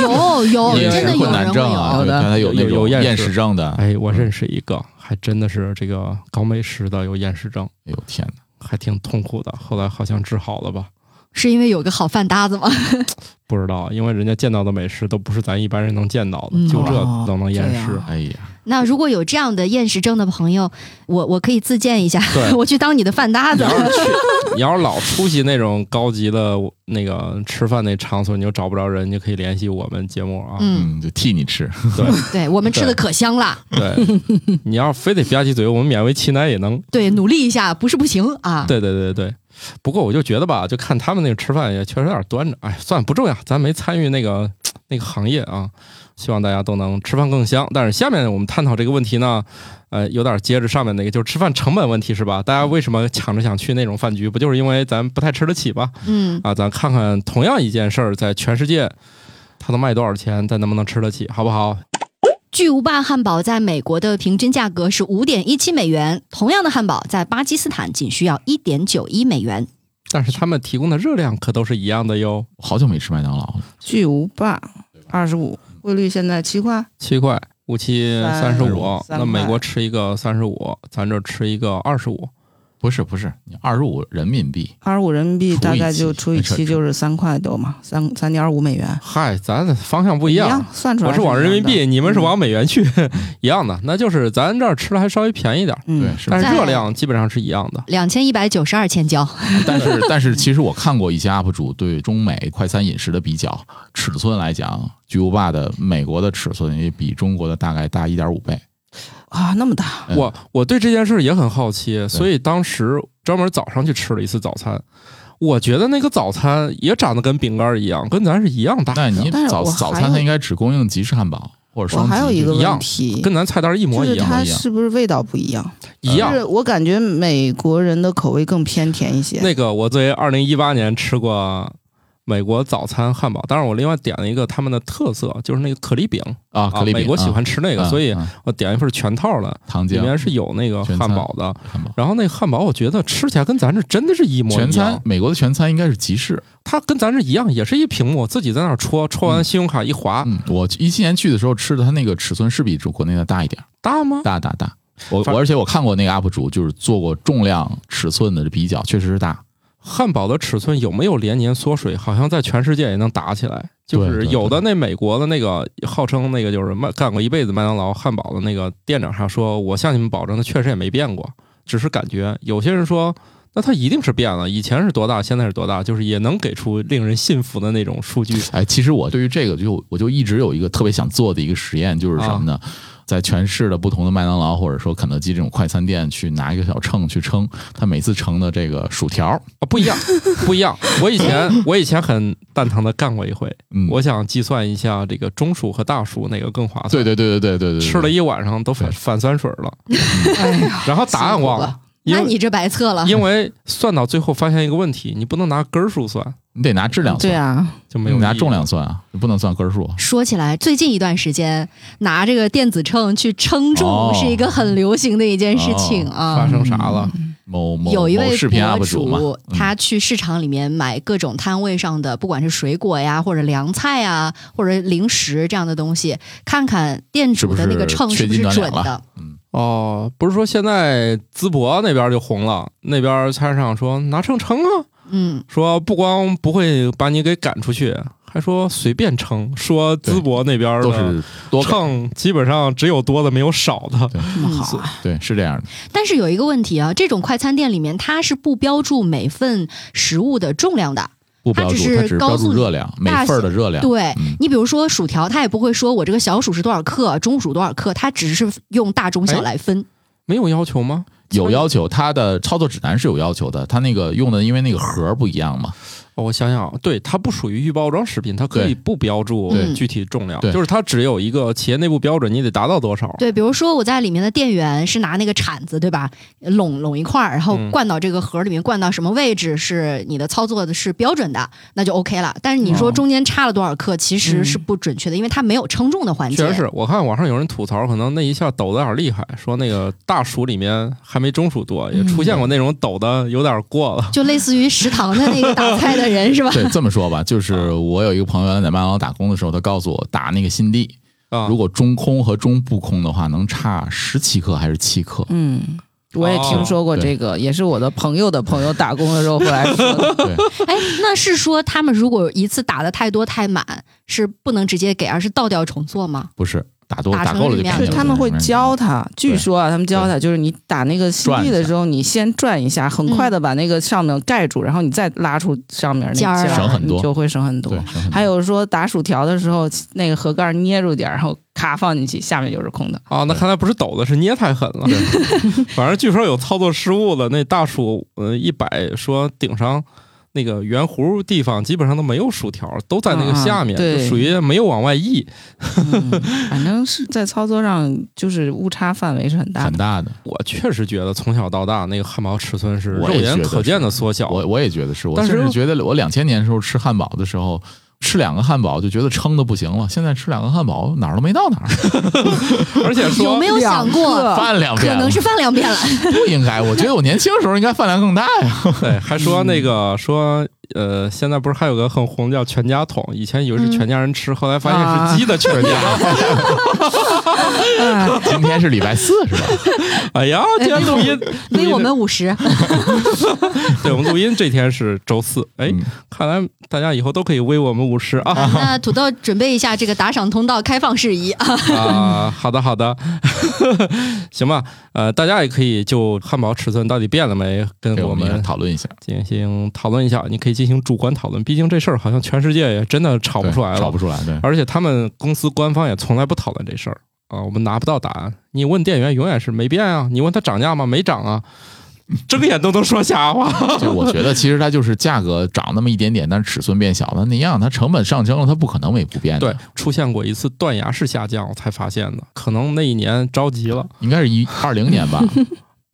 有有，
饮
哦真
食
的有
困
人
难
会
症啊，
有。
对他有那
有
种
有厌
厌
食
食症的。
哎，我认识一个，还真的是这个搞美食的有厌食症，
哎呦天哪！
还挺痛苦的。后来好像治好了吧？
是因为有个好饭搭子吗？
不知道，因为人家见到的美食都不是咱一般人能见到的，
嗯
就这都能厌食。
哦
哎呀，
那如果有这样的厌食症的朋友，我我可以自荐一下，
对
我去当你的饭搭
你
子嗯
要。是去，你要是老出席那种高级的那个吃饭那场所，你就找不着人，你就可以联系我们节目啊。
嗯，
嗯，就替你吃，
对我们吃的可香啦。
对，你要非得吧唧嘴，我们勉为其难也能
对，努力一下不是不行啊。
对对对对，不过我就觉得吧，就看他们那个吃饭也确实有点端着。哎，算了，不重要，咱没参与那个那个行业啊。希望大家都能吃饭更香。但是下面我们探讨这个问题呢，呃，有点接着上面那个，就是吃饭成本问题是吧？大家为什么抢着想去那种饭局？不就是因为咱不太吃得起吧？
嗯，
啊，咱看看同样一件事儿，在全世界它能卖多少钱，咱能不能吃得起，好不好？
巨无霸汉堡在美国的平均价格是五点一七美元，同样的汉堡在巴基斯坦仅需要一点九一美元。
但是他们提供的热量可都是一样的哟，
我好久没吃麦当劳了。
巨无霸二十五，汇率现在七块，
七块，五七三
三
十五，
三
那美
块
国吃一个三十五，咱这吃一个二十五，
不是不是，你二十五人民币，
二十五人民币
除以
大概就
七
除以
没事
七
儿
就是三块多嘛，三三点二五美元。
嗨，咱的方向不
一
一样。，
算出来
我是往人民
一样
币，
的
你们是往美元去， 一样的，那就是咱这儿吃的还稍微便宜点儿，
嗯
对
嗯，
是吧
但是
在
热量基本上是一样的。
两千一百九十二千焦，
但是但是，其实我看过一些 UP 主对中美快餐饮食的比较，尺寸来讲，巨无霸的美国的尺寸也比中国的大概大一点五倍。
啊，那么大，
嗯
我我对这件事也很好奇，所以当时专门早上去吃了一次早餐，我觉得那个早餐也长得跟饼干一样，跟咱是一样大，
那你
但是
早
我还
早餐它
有
应该只供应吉士汉堡或者
我
双
还有
吉
一个
一样
问题。
跟咱菜单一模
就是
一样，
它
一样
是不是味道不一样？
一
就
样。
是我感觉美国人的口味更偏甜一些。
那个我作为二零一八年吃过美国早餐汉堡。当然，我另外点了一个他们的特色，就是那个可丽饼
啊，可丽饼，啊
美国喜欢吃那
这
个，所以我点一份全套的，
糖
里面
浆
是有那个
全
汉
餐
堡的。
汉堡。
然后那汉堡，我觉得吃起来跟咱这真的是一模一样。啊
全餐，美国的全餐应该是集市。
它跟咱这一样，也是一屏幕，自己在那儿戳，戳完信用卡一划，
嗯，我一七年去的时候吃的，它那个尺寸是比国内的大一点儿，
大吗？
大大大。我
反
我而且我看过那个 UP 主，就是做过重量尺寸的比较，确实是大。
汉堡的尺寸有没有连年缩水？好像在全世界也能打起来。就
对
是
对
有的那美国的那个号称那个就是麦干过一辈子麦当劳汉堡的那个店长，他说我向你们保证，他确实也没变过，只是感觉。有些人说，那他一定是变了，以前是多大，现在是多大，就是也能给出令人信服的那种数据。
哎，其实我对于这个就我就一直有一个特别想做的一个实验，就是什
啊
么呢？在全市的不同的麦当劳或者说肯德基这种快餐店去拿一个小秤去称，它每次称的这个薯条，
啊，不一 样，不一样。我以前我以前很蛋疼的干过一回，
嗯，
我想计算一下这个中暑和大暑哪个更划算。
啊对对对对对对对对，
吃了一晚上都反
对啊
反酸水了，
哎 呀，
然后答案忘了，因
那
为
你这白测了。
因为呃算到最后发现一个问题，你不能拿根儿数算，
你得拿质量算，
对啊，
就没
你
有
嗯拿
意义
重。量算啊，你不能算根数。
说起来，最近一段时间拿这个电子秤去称
哦
重是一个很流行的一件事情
发
啊。
生啥了？
某某
有一位
某视频
博
UP 主嘛，嗯
他去市场里面买各种摊位上的，不管是水果呀，或者凉菜呀，或者零食这样的东西，看看店主的那个秤
缺
是不
斤
是
短
准
两了？
的。
嗯，
哦，不是说现在淄博那边就红了，那边菜市场说拿秤称啊，
嗯，
说不光不会把你给赶出去，还说随便称，说淄博那边的
嗯都是多个
秤基本上只有多的没有少的。
这么好啊，？
对，是这样的。
但是有一个问题啊，这种快餐店里面它是不标注每份食物的重量的。
不标注，
它只是
它只是标
告诉
注
你
热量，每
大
份儿
小
的热量。
对
嗯
你比如说薯条，它也不会说我这个小薯是多少克，中薯多少克，它只是用大中小
哎
来分。
没有要求吗？
有要求，它的操作指南是有要求的。它那个用的，因为那个盒儿不一样 嘛，
哦，我想想啊，对，它不属于预包装食品，它可以
对
不标注
对
具体重量，
对
就是它只有一个企业内部标准，你得达到多少。
对，比如说我在里面的店员是拿那个铲子，对吧？拢拢一块儿，然后
嗯
灌到这个盒儿里面，灌到什么位置是你的操作的是标准的，那就 OK 了。但是你说
哦
中间差了多少克，其实是不准确的，因为它没有称重的环节。
确实是我看网上有人吐槽，可能那一下抖的有点厉害，说那个大鼠里面还没中鼠多，也出现过那种抖的有点过了。
就类似于食堂的那个打菜的人是吧？
对，这么说吧，就是我有一个朋友原来在麦当劳打工的时候，他告诉我打那个新地，
啊
如，果中空和中不空的话，能差十七克还是七克
嗯。我
哦
也听说过这个，也是我的朋友的朋友打工的时候回来说的。
对，
哎，那是说他们如果一次打的太多太满，是不能直接给，而是倒掉重做吗？
不是打多
打
打
成
够了就
里面
给你
了
是
了。
他们会教他，据说啊，他们教他就是你打那个新
转
地
一
的
下
时候，你先转一下，很快的把那个上面盖住，然后你再拉出上面那个
嗯
尖
尖儿
儿，
了
省很多
你就会省很多
对。，省很多
还有说打薯条的时候，那个盒盖儿捏住点儿，然后咔放进去，下面就是空的。
啊，那看来不是抖的，是捏太狠了。 反正据说有操作失误的，那大鼠呃一摆说顶上。那个圆弧地方基本上都没有薯条，都在那个
啊
下面，
对
就属于没有往外溢。
嗯，反正是在操作上，就是误差范围是很大
很
的。
大的，
我确实觉得从小到大那个汉堡尺寸是
我
肉
也
眼
觉得
可
是
见的缩小。
我我也觉得是，我
但是
甚至觉得我两千年的时候吃汉堡的时候。吃两个汉堡就觉得撑的不行了，现在吃两个汉堡哪儿都没到哪儿，
而 且
有
说
没有想过，
饭量
可
变了
能，是饭量 变了？
不应该。我觉得我年轻的时候应该饭量更大呀。
对，还说那个说呃，现在不是还有个很红叫全家桶？以前以为是全家人吃，后来发现是鸡的全家。
今天是礼拜四是吧？
哎呀，今天录音，录
离
音
我们五十，
对我们录音这天是周四。哎，
嗯
看来大家以后都可以微我们五十啊
那土豆准备一下这个打赏通道开放事宜啊。
啊！好的好的， 行吧。呃，大家也可以就汉堡尺寸到底变了没，跟
对，我
我
们也
们
讨论一下，
进行讨论一下。你可以进行主观讨论，毕竟这事儿好像全世界也真的吵
吵
不出来
吵
了
不。出来。对，
而且他们公司官方也从来不讨论这事儿啊，我们拿不到答案。你问店员永远是没变啊，你问他涨价吗？没涨啊，睁眼都能说瞎 话。
就我觉得其实它就是价格涨那么一点点，但是尺寸变小了那样，它成本上升了，它不可能没不变的。
对，，出现过一次断崖式下降，我才发现的，可能那一年着急了。
应该是一二零年吧？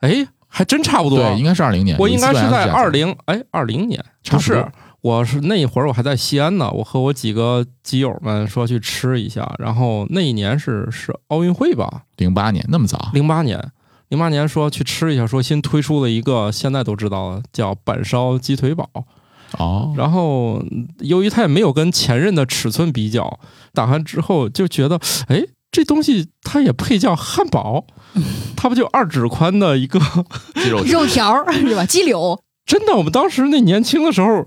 哎，还真差不多。
对，应该是二零年。
我应该是在二
零，
零哎二零年，
差
不
不多
是，我是那一会儿我还在西安呢，我和我几个基友们说去吃一下，然后那一年是是奥运会吧，
零八年那么早，
零八年，零八年说去吃一下，说新推出了一个现在都知道了，叫板烧鸡腿堡。
哦，
然后嗯由于它也没有跟前任的尺寸比较，打完之后就觉得，哎，这东西它也配叫汉堡，它不就二指宽的一个？
肌肉
肉条儿是吧？鸡柳，
真的，我们当时那年轻的时候。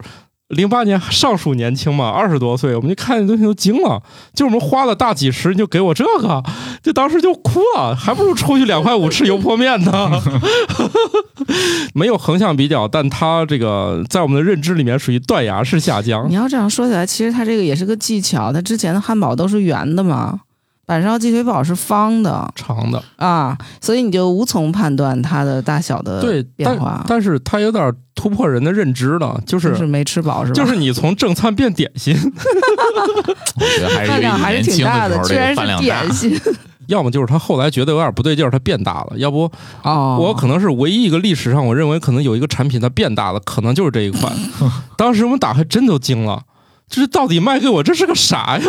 零八年尚属年轻嘛，二十多岁，我们就看见东西都惊了，就我们花了大几十，你就给我这个，就当时就哭了，还不如出去两块五吃油泼面呢。没有横向比较，但它这个在我们的认知里面属于断崖式下降
你。要这样说起来，其实它这个也是个技巧。它之前的汉堡都是圆的嘛，板烧鸡腿堡是方的
长的，
啊，所以你就无从判断它的大小的
对，
呃变化啊
但。但是它有点突破人的认知了，就
就是没吃饱是吧？
就是你从正餐变点心，
我觉得还 是
饭量还
年
是
轻
挺大
时候
居
这
然
个饭
是
量大
点。 心
要么就是他后来觉得有点不对劲儿，他变大了；要不
哦。
我可能是唯一一个历史上我认为可能有一个产品它变大了，可能就是这一款。 当时我们打开真都惊了，这是到底卖给我这是个啥呀？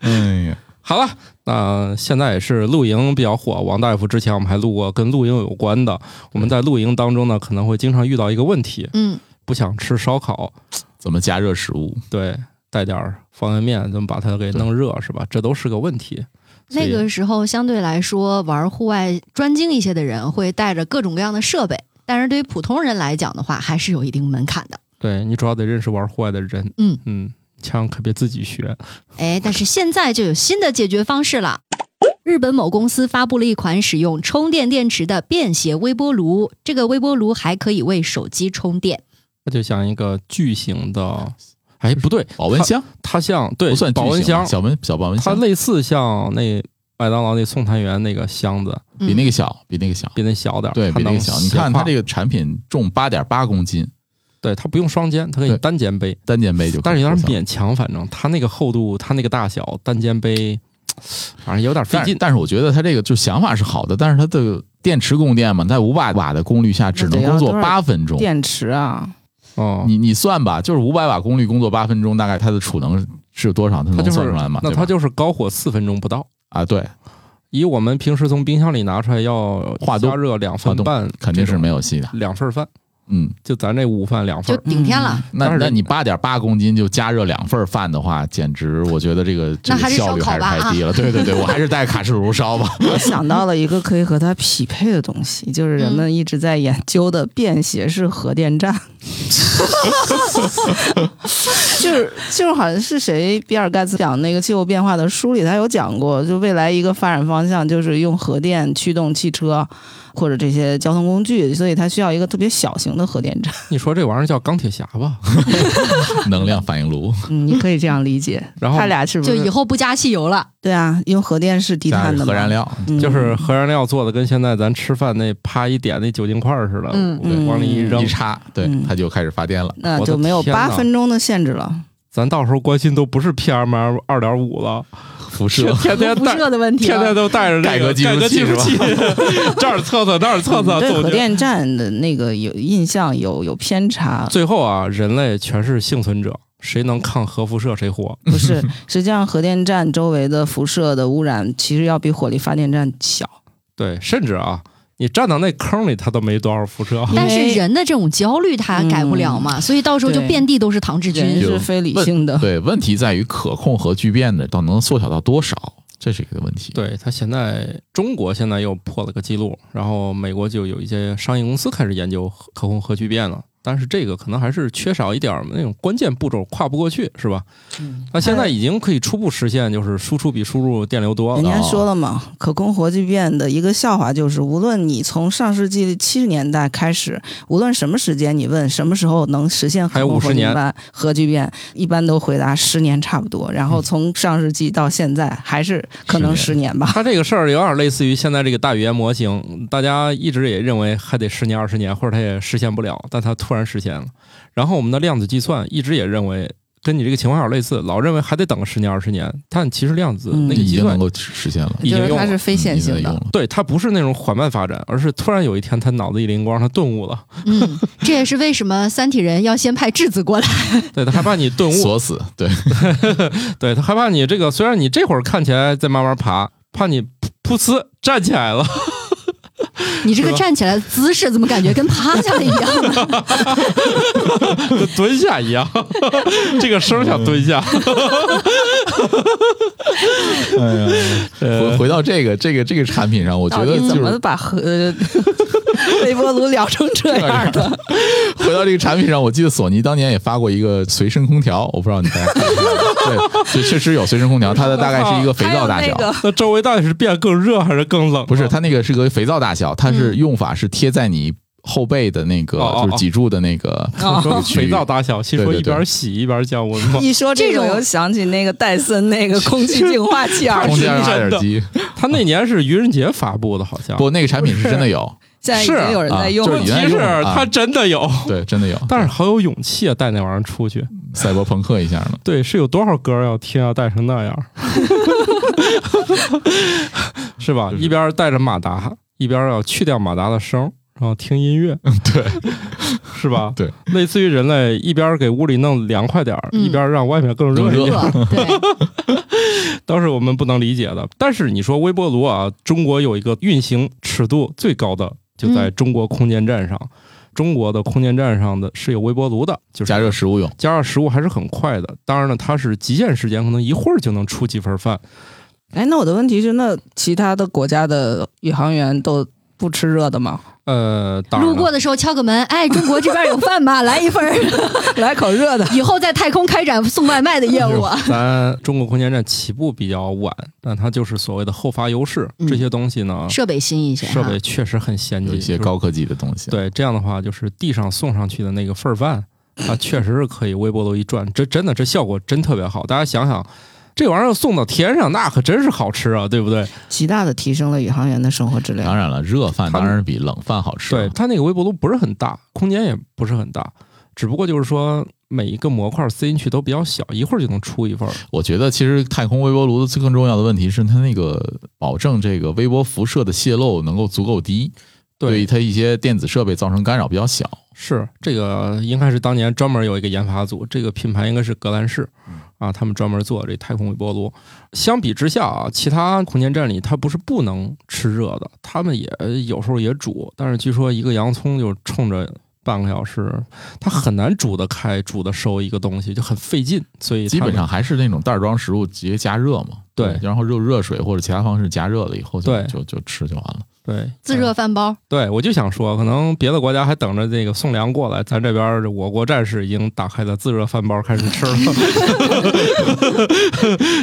哎呀，
好了，那、现在也是露营比较火。王大夫之前我们还录过跟露营有关的，我们在露营当中呢，可能会经常遇到一个问题，
嗯，
不想吃烧烤，
怎么加热食物？
对，带点儿方便面，怎么把它给弄热是吧？这都是个问题。所
那
以
个时候相对来说玩户外专精一些的人会带着各种各样的设备，但是对于普通人来讲的话，还是有一定门槛的。
对你主要得认识玩户外的人，
嗯
嗯，千万可别自己学。
哎，但是现在就有新的解决方式了。日本某公司发布了一款使用充电电池的便携微波炉，这个微波炉还可以为手机充电。
它就像一个巨型的，哎，不对，
保温箱
它，它像对
不算巨
保温
型啊
箱，
小温小保温
啊它
箱，
类似像那麦当劳那送餐员那个箱子，
比
嗯
那个小，比那个小，
比那小点儿，
对
它
比那
能
个小。你看它这
个，
个产品重八点八公斤，
对它不用双肩，它可以
对
单肩背，
单肩背就可以
但是有点
收藏
勉强，反正它那个厚度，它那个大小，单肩背，反正有点费
但是
劲。
但是我觉得它这个就想法是好的，但是它的电池供电嘛，在五百瓦的功率下只能工
那得
作
要多少
八分钟。
电池啊，
哦，
你你算吧，就是五百瓦功率工作八分钟，大概它的储能是有多少？它
它
能
就是
算出来吗？
那
对
它
吧
就是高火四分钟不到。
啊，对，
以我们平时从冰箱里拿出来要
化冻
加热两份半，
肯定是没有戏的。
两份饭，
嗯，
就咱这午饭两
就
份。
顶天了，
那
但是
那你八点八公斤就加热两份饭的话，简直我觉得这个这
那还
个
是
效率
烧烤
还是
吧啊
太低了。对对对，我还是带卡式炉烧 吧。
我想到了一个可以和它匹配的东西，就是人们一直在研究的便携式核电站。就是就是好像是谁比尔盖茨讲那个气候变化的书里，他有讲过，就未来一个发展方向就是用核电驱动汽车或者这些交通工具，所以它需要一个特别小型的核电站。
你说这玩意儿叫钢铁侠吧？
能量反应炉，
嗯，你可以这样理解。
然后
他俩是不
就以
是？
后不加汽油了。
对啊，用核电是低
加
碳的嘛
核燃料，
嗯
就是核燃料做的，跟现在咱吃饭那啪一点那酒精块儿似的，
嗯
对往里一扔
一。插，对
嗯，
它就开始发电了。
那
我的
就没有
天呐
八分钟的限制了。
咱到时候关心都不是 PM 二点五了，
辐射，
天天
辐
带
射的问题
天天
了。
都带着那
改革
个
计数
改革计
器
数
是吧
器， 这儿测测那儿测测，
嗯对
走
核
进
电站的那个有印象有有偏差，
最后啊，人类全是幸存者，谁能抗核辐射谁活。
不是，实际上核电站周围的辐射的污染其实要比火力发电站小。
对，甚至啊，你站到那坑里，它都没多少辐射。
但是人的这种焦虑他改不了嘛，所以到时候就
对
遍地都是唐志
人
军。
是非理性的，
对，问题在于可控核聚变的到能缩小到多少，这是一个问题。
对它现在中国现在又破了个记录，然后美国就有一些商业公司开始研究核可控核聚变了。但是这个可能还是缺少一点儿那种关键步骤跨不过去，是吧？
嗯
那现
哎
在已经可以初步实现，就是输出比输入电流多
哦
人
了。啊
家说了嘛，可控核聚变的一个笑话就是，无论你从上世纪七十年代开始，无论什么时间，你问什么时候能实现
还
可
有
控核
50
聚
年
变，核聚变一般都回答十年差不多。然后从上世纪到现在，还是可能
十
十年吧。
它这个事儿有点类似于现在这个大语言模型，大家一直也认为还得十年二十年，或者它也实现不了，但它突然实现了。然后我们的量子计算一直也认为跟你这个情况有点类似，老认为还得等十年二十年，但其实量子
嗯
那个
已
计
经
算
能够实现了，嗯
已
就
经
是
用
它
了
是非线性
已经能
的
用。了。
对它不是那种缓慢发展，而是突然有一天他脑子一灵光，他顿悟了，
嗯，这也是为什么三体人要先派质子过来。
对他害怕你顿悟，
锁死，对，
对他害怕你这个虽然你这会儿看起来在慢慢爬，怕你噗噗呲站起来了，
你这个
是吧
站起来的姿势怎么感觉跟趴下了一样呢？
跟蹲下一样， 这个声儿想蹲下，
哎呀，
呃
回回到这个这个这个产品上，我觉
到
得
底
就
怎么
是
把和呃 微波炉聊成这样的？
回到这个产品上，我记得索尼当年也发过一个随身空调，我不知道你在，对，就确实有随身空调，它的大概是一个肥
还
皂
有
大
那
小，
个
那周围到底是变更热还是更冷？啊
不是，它那个是个肥皂大小，它是用法是贴在你后背的那个，
哦哦哦
就是脊柱的那个
我 说
区
啊
域
肥皂大小，其实
对
说
对
一边
对
洗一边降温嘛。
一说 这种，
这种
我就想起那个戴森那个空气净化器耳
空
机
间，
是
耳
真的
机，
他那年是愚人节发布的，好像。
不，那个产品是真的 有，
现在已
是
经有人
啊
在用
就是
问
了
你。
题
原来
是
用的啊
他真的有，
对，真的有，
但是好有勇气啊，带那玩意儿出去。
赛博朋克一下呢，
对，是有多少歌要听要带成那样， 是吧？
就是
一边带着马达，一边要去掉马达的声，然后听音乐，
对，
是吧？
对，
类似于人类一边给屋里弄凉快点儿，
嗯
一边让外面更热
更
一点
热
儿，
对，
当时我们不能理解的。但是你说微波炉啊，中国有一个运行尺度最高的，就在中国空间站上。中国的空间站上的是有微波炉的，就是
加热食物用，
加热食物还是很快的。当然了，它是极限时间，可能一会儿就能出几份饭。
哎，那我的问题是，那其他的国家的宇航员都不吃热的吗？
呃，当然
路
了
过的时候敲个门，哎，中国这边有饭吗？来一份儿，
来口热的，
以后在太空开展送外卖的业务
哎
啊。
咱中国空间站起步比较晚，但它就是所谓的后发优势。
嗯
这些东西呢，
设备新一些哈，
设备嗯确实很先
有
进，
一些
就是
高科技的东西，
对，这样的话就是地上送上去的那个份儿饭，它确实是可以微波炉一转，这真的这效果真特别好。大家想想，这玩意儿送到天上，那可真是好吃啊，对不对？
极大的提升了宇航员的生活质
当
量。
然了，热饭
他
当
们
然比冷饭好吃
对，
了，
它那个微波炉不是很大，空间也不是很大，只不过就是说每一个模块塞进去都比较小，一会儿就能出一份儿。
我觉得其实太空微波炉的最更重要的问题是它那个保证这个微波辐射的泄漏能够足够低，对于
对，
它一些电子设备造成干扰比较小。
是这个应该是当年专门有一个研发组，这个品牌应该是格兰仕
嗯
啊，他们专门做这太空微波炉。相比之下啊，其他空间站里它不是不能吃热的，他们也有时候也煮，但是据说一个洋葱就冲着。半个小时，它很难煮得开、煮得熟一个东西，就很费劲，所以
基
他
本
们
上还是那种袋装食物直接加热嘛，
对
然后用热水或者其他方式加热了以后就，
对
就就吃就完了。
对
自热饭包，
对，我就想说，可能别的国家还等着这个送粮过来，咱这边儿我国战士已经打开了自热饭包开始吃 了，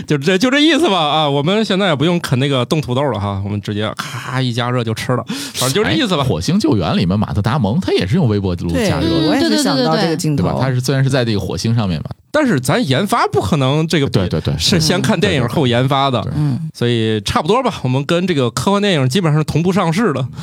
就这就这意思吧啊！我们现在也不用啃那个冻土豆了哈，我们直接咔一加热就吃了，反正就这意思吧
哎。火星救援里面马特达蒙他也是用微波炉加热
嗯
的，
我也
对
是
对
想
对
到
对
这个
对
镜
对吧？
嗯
头。
它是虽然是在这个火星上面吧，
但是咱研发不可能这个
对对对，
是先看电影后研发的
对，
嗯，
所以差不多吧。我们跟这个科幻电影基本上是同步上市的。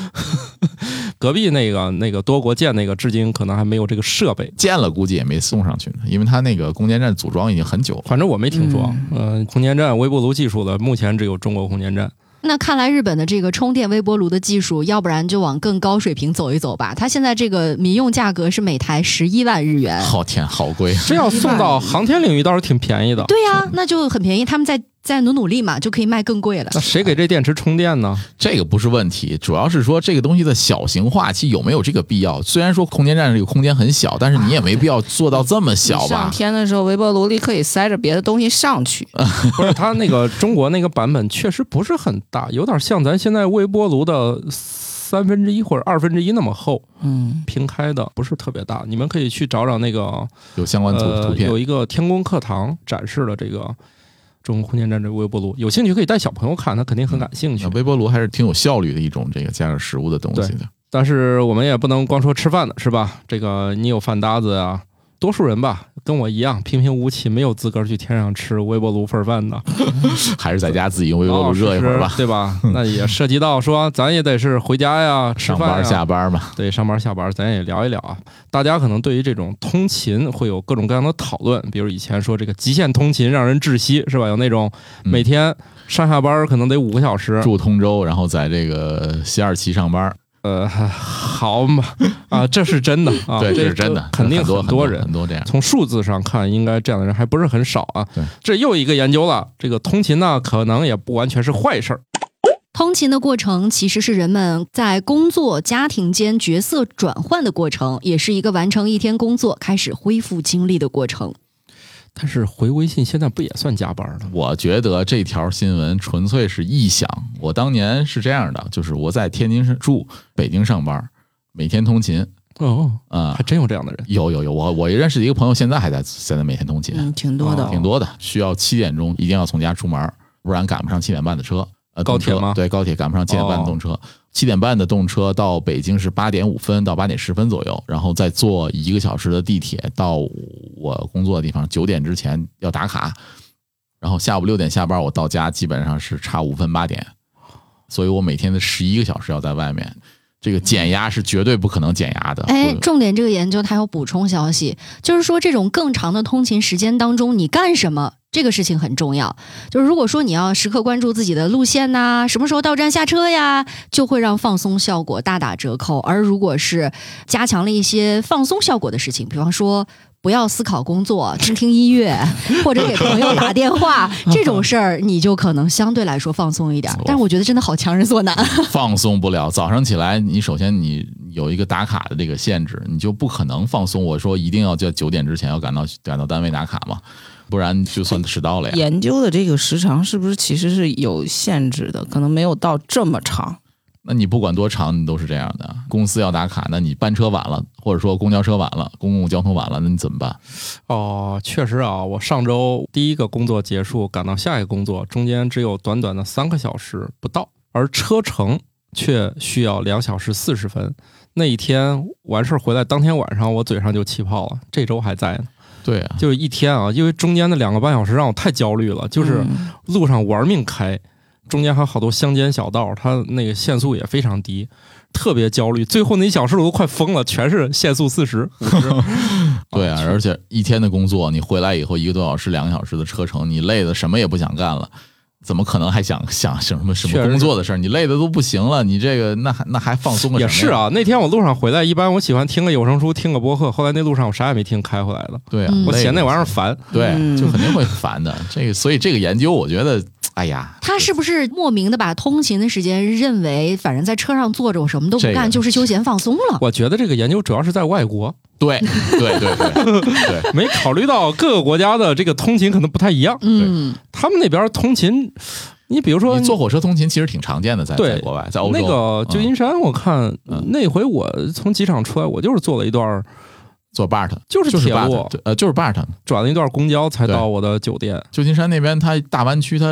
隔壁那个那个多国建那个，至今可能还没有这个设备。
建了，估计也没送上去呢，因为它那个空间站组装已经很久了。
反正我没听说，嗯、空间站微波炉技术的目前只有中国空间站。
那看来日本的这个充电微波炉的技术，要不然就往更高水平走一走吧。它现在这个民用价格是每台十一万日
哎
元。
好天，好贵！
这要送到航天领域倒是挺便宜的。
对呀、那就很便宜，他们再再努努力嘛，就可以卖更贵了
那。谁给这电池充电呢？
这个不是问题，主要是说这个东西的小型化，其实有没有这个必要？虽然说空间站这个空间很小，但是你也没必要做到这么小
上
吧？
天的时候，微波炉里可以塞着别的东西上去。
不是，它那个中国那个版本确实不是很大，有点像咱现在微波炉的三分之一或者二分之一那么厚，
嗯，
平开的，不是特别大。你们可以去找找那个
有相关图
呃
图，片
有，一个天宫课堂展示了这个中国空间站这个微波炉，有兴趣可以带小朋友看，他肯定很感兴趣。
那微波炉还是挺有效率的一种这个加热食物的东西的。
但是我们也不能光说吃饭的是吧？这个你有饭搭子啊，多数人吧，跟我一样平平无奇，没有资格去天上吃微波炉份儿饭的，
还是在家自己用微波炉哎热一会儿吧
老老实实，对吧？那也涉及到说，咱也得是回家呀，吃
上
饭啊呀
班下班嘛。
对，上班下班咱也聊一聊啊。大家可能对于这种通勤会有各种各样的讨论，比如以前说这个极限通勤让人窒息，是吧？有那种
嗯
每天上下班可能得五个小时，
住通州，然后在这个西二旗上班，
呃，好嘛啊，这是真的啊，
对，
这
这是真的，
肯定
很多
多
多
人
很。多这样。
从数字上看，应该这样的人还不是很少啊
对。
这又一个研究了，这个通勤呢，可能也不完全是坏事儿。
通勤的过程其实是人们在工作、家庭间角色转换的过程，也是一个完成一天工作、开始恢复精力的过程。
但是回微信现在不也算加班了吗？
我觉得这条新闻纯粹是臆想。我当年是这样的，就是我在天津是住，北京上班，每天通勤
哦，
啊、
还真有这样的人。
有有有，我我也认识一个朋友，现在还在现在每天通勤，
嗯，挺多的
哦
哦，
挺多的，需要七点钟一定要从家出门，不然赶不上七点半的车。呃，动
高铁
车
吗
对，高铁赶不上七点半
哦
的动车，七、点半的动车到北京是八点五分到八点十分左右，然后再坐一个小时的地铁到我工作的地方，九点之前要打卡，然后下午六点下班，我到家基本上是差五分八点，所以我每天的十一个小时要在外面，这个减压是绝对不可能减压的。嗯
哎，
我
重点这个研究它有补充消息，就是说这种更长的通勤时间当中，你干什么这个事情很重要。就是如果说你要时刻关注自己的路线呐、什么时候到站下车呀，就会让放松效果大打折扣。而如果是加强了一些放松效果的事情，比方说。不要思考工作，听听音乐， 或者给朋友打电话，这种事儿你就可能相对来说放松一点儿。但是我觉得真的好强人所难。
放松不了。早上起来，你首先你有一个打卡的这个限制，你就不可能放松。我说一定要在九点之前要赶到赶到单位打卡嘛，不然就算迟到了呀。
研究的这个时长是不是其实是有限制的？可能没有到这么长。
那你不管多长，你都是这样的。公司要打卡，那你班车晚了，或者说公交车晚了，公共交通晚了，那你怎么办？
哦，确实啊，我上周第一个工作结束，赶到下一个工作，中间只有短短的三个小时不到，而车程却需要两小时四十分。那一天完事儿回来，当天晚上我嘴上就起泡了，这周还在呢，
对啊，
就是一天啊，因为中间的两个半小时让我太焦虑了，就是
嗯
路上玩命开，中间还有好多乡间小道，它那个限速也非常低，特别焦虑。最后那一小时我都快疯了，全是限速四十、五十。
对啊，
是
而且一天的工作，你回来以后一个多小时、两个小时的车程，你累的什么也不想干了。怎么可能还想 想想什么什
确
么
实是
工作的事儿？你累的都不行了，你这个那还那还放松个什
也
么呀？
是啊，那天我路上回来，一般我喜欢听个有声书，听个播客。后来那路上我啥也没听，开回来了。
对啊，
嗯
我
累啊
嫌
的
那玩意儿
是
烦，
对，
嗯
就肯定会烦的。 这个，所以这个研究，我觉得，哎呀，
他是不是莫名的把通勤的时间认为，反正在车上坐着我什么都不
这个
干，就是休闲放松了？
我觉得这个研究主要是在外国，
对对对对对，
没考虑到各个国家的这个通勤可能不太一样。
嗯，
他们那边通勤，你比如 说
你坐火车通勤其实挺常见的，在
对
在国外，在欧洲
那个旧金山，我看
嗯
那回我从机场出来，我就是坐了一段儿，
坐 BART
就是
就是
铁路
BART，对呃，就是 BART。
转了一段公交才
对
到我的酒店。
旧金山那边，它大湾区，它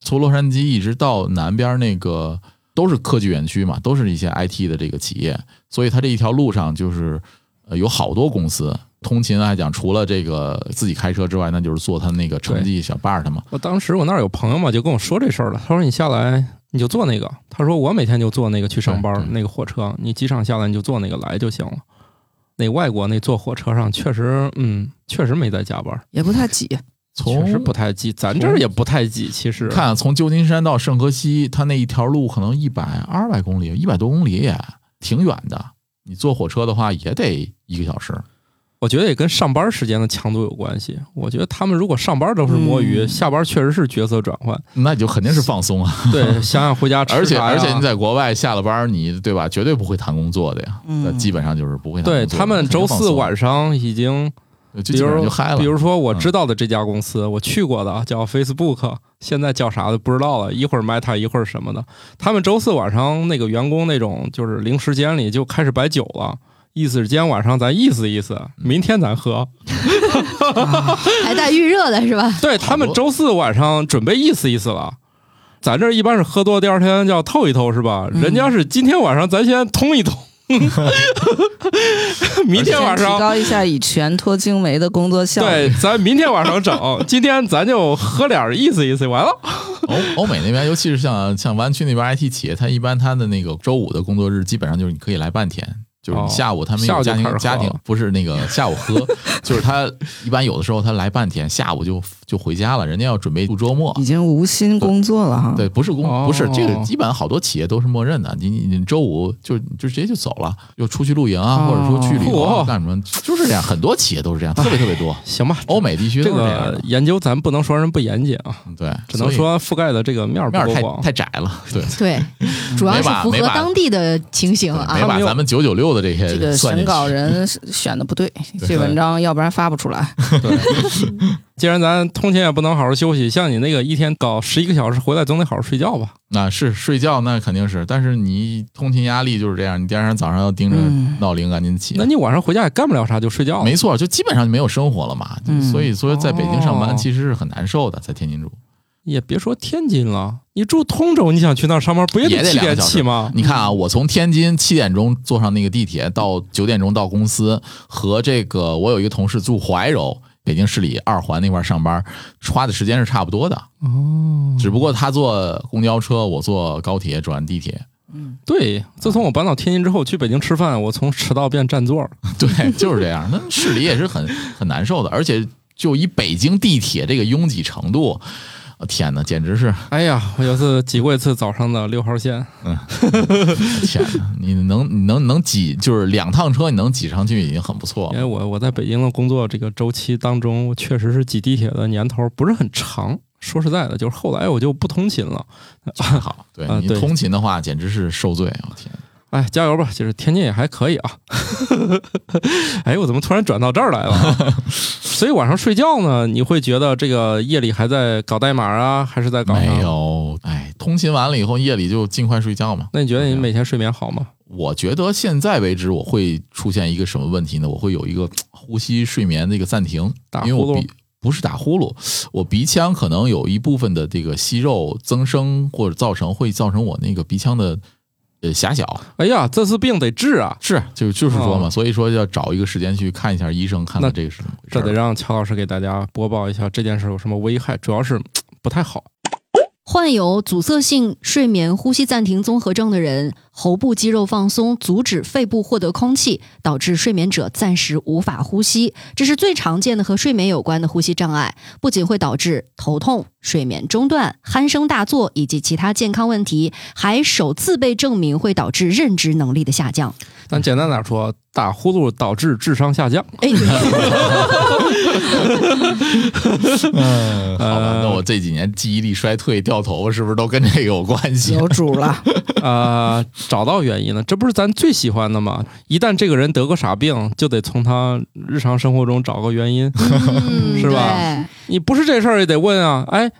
从洛杉矶一直到南边那个都是科技园区嘛，都是一些 IT 的这个企业，所以它这一条路上就是呃有好多公司。通勤来讲，除了这个自己开车之外，那就是坐它那个城际小 BART 嘛。
我当时我那儿有朋友嘛，就跟我说这事儿了。他说你下来你就坐那个，他说我每天就坐那个去上班
对
儿
对
那个火车，你机场下来你就坐那个来就行了。那外国那坐火车上确实，嗯，确实没在加班儿，
也不太 挤，
从
确实不太挤，咱这儿也不太挤。其实
看从旧金山到圣荷西，它那一条路可能一百二百公里，一百多公里也挺远的。你坐火车的话也得一个小时。
我觉得也跟上班时间的强度有关系。我觉得他们如果上班都是摸鱼，
嗯
下班确实是角色转换。
那你就肯定是放松 啊，
对，想想回家 吃
而且
啥呀
而且你在国外下了班，你对吧？绝对不会谈工作的呀，
嗯
那基本上就是不会谈
对
工作的。
他们周四晚
上
上已经
就
比
基本上
如
就嗨了。
比如说我
嗯
知道的这家公司，我去过的啊叫 Facebook，现在叫啥的不知道了，一会儿 Meta 一会儿什么的。他们周四晚上那个员工那种就是零时间里就开始摆酒了。意思是今天晚上咱意思意思，明天咱喝。
还带预热的是吧？
对他们周四晚上准备意思意思了，
嗯
咱这儿一般是喝多，第二天叫透一透是吧？人家是今天晚上咱先通一通，明天晚
提
上
高一下乙醛脱氢酶的工作效率。
对，咱明天晚上 整，今天咱就喝点儿意思意思，完了。
欧欧美那边，尤其是像像湾区那边 IT 企业，它一般它的那个周五的工作日，基本上就是你可以来半天，就是你
哦
下午他们
下
有
午就
家
开始
庭
喝
家庭
了
不是那个下午喝， 就是他一般有的时候他来半天，下午就就回家了，人家要准备度周末
已。经无心工作了哈。
对，不是公，不是这个
嗯哦，
基本上好多企业都是默认的。你你你周五就你就直接就走了，又出去露营啊，或者说去旅游啊
哦
干什么，就是这样。很多企业都是这样，特别特别多。
行吧，
欧美地区
这
都是样
个
的，
研究咱不能说人不严谨啊，
对，
只能
所以
说覆盖的这个面儿不
面儿
够
太
广。
太窄了，对。
对，主要
没
是
把
符合
没把
当地的情形
对
啊
没。把咱们九九六的这
这
些
个
呃算进
审
去。
稿人是选的不 对，
对
这文章要不然发不出来。
既然咱通勤也不能好好休息，像你那个一天搞十一个小时回来，总得好好睡觉吧？
那啊是睡觉，那肯定是，但是你通勤压力就是这样，你第二天早上要盯着
嗯
闹铃赶紧起。
那你晚上回家也干不了啥，就睡觉了。
没错，就基本上就没有生活了嘛。
嗯
所以说，在北京上班
哦
其实是很难受的，在天津住。
也别说天津了，你住通州，你想去那儿上班，不
也得
得七
两个
点
小时
起吗？
你看
嗯
啊，我从天津七点钟坐上那个地铁到九点钟到公司，和这个我有一个同事住怀柔，北京市里二环那块儿上班，花的时间是差不多的。
哦，
只不过他坐公交车，我坐高铁转地铁。
对，自从我搬到天津之后，去北京吃饭，我从迟到变占座了。
对，就是这样。那市里也是很很难受的，而且就以北京地铁这个拥挤程度，呃天哪，简直是
哎呀，我有一次挤过一次早上的六号线，
天哪！你能你能能挤，就是两趟车你能挤上去已经很不错
因
了。
为我我在北京的工作这个周期当中，我确实是挤地铁的年头不是很长。说实在的，就是后来我就不通勤了。
好，对
啊
你
对
通勤的话，简直是受罪啊！我天，
哎，加油吧！就是天津也还可以啊。 哎，我怎么突然转到这儿来了啊？ 所以晚上睡觉呢，你会觉得这个夜里还在搞代码啊，还是在搞啥
没？有，哎，通勤完了以后，夜里就尽快睡觉嘛。
那你觉得你每天睡眠好吗？
我觉得现在为止，我会出现一个什么问题呢？我会有一个呼吸睡眠的一个暂停，
打
因为我
呼噜
鼻不是打呼噜，我鼻腔可能有一部分的这个息肉增生，或者造成会造成我那个鼻腔的呃狭小。
哎呀，这次病得治啊！
是，就就是说嘛，
哦
所以说要找一个时间去看一下医生，看
那
看这个是怎么回事
这
儿。
得让乔老师给大家播报一下这件事有什么危害，主要是不太好。
患有阻塞性睡眠呼吸暂停综合症的人，喉部肌肉放松，阻止肺部获得空气，导致睡眠者暂时无法呼吸，这是最常见的和睡眠有关的呼吸障碍，不仅会导致头痛、睡眠中断、鼾声大作以及其他健康问题，还首次被证明会导致认知能力的下降。
咱简单点说，打呼噜导致智商下降。
哎，
嗯，好吧，
呃
那我这几年记忆力衰退、掉头发，是不是都跟这个有关系？
有主 了，
啊，找到原因了，这不是咱最喜欢的吗？一旦这个人得个啥病，就得从他日常生活中找个原因。
嗯
是吧？你不是这事儿也得问啊，哎。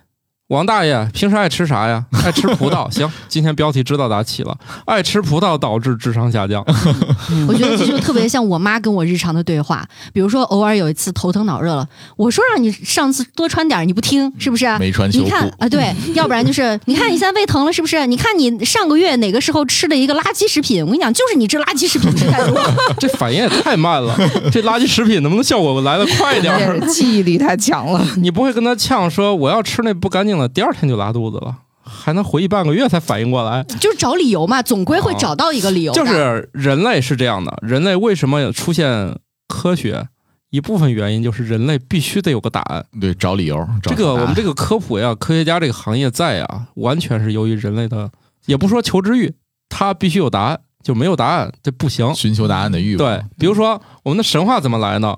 王大爷平时爱吃啥呀？爱吃葡萄。 行，今天标题知道咋起了。爱吃葡萄导致智商下降。
对我觉得这就特别像我妈跟我日常的对话，比如说偶尔有一次头疼脑热了，我说让你上次多穿点儿，你不听，是不是啊？
没穿秋
你
裤，
看啊，对，要不然就是你看你现在胃疼了是不是？你看你上个月哪个时候吃了一个垃圾食品？我跟你讲，就是你这垃圾食品吃太多。
这反应也太慢了。这垃圾食品能不能效果来的快一点
这
儿？
是记忆力太强 了。
你不会跟他呛说我要吃那不干净的，第二天就拉肚子了，还能回忆半个月才反应过来。
就是找理由嘛，总归
哦
会找到一个理由的。
就是人类是这样的，人类为什么出现科学？一部分原因就是人类必须得有个答案。
对，找理由。找
这个
答案
我们这个科普呀，科学家这个行业在啊，完全是由于人类的，也不说求知欲，他必须有答案，就没有答案这不行。
寻求答案的欲望，
对，比如说我们的神话怎么来呢？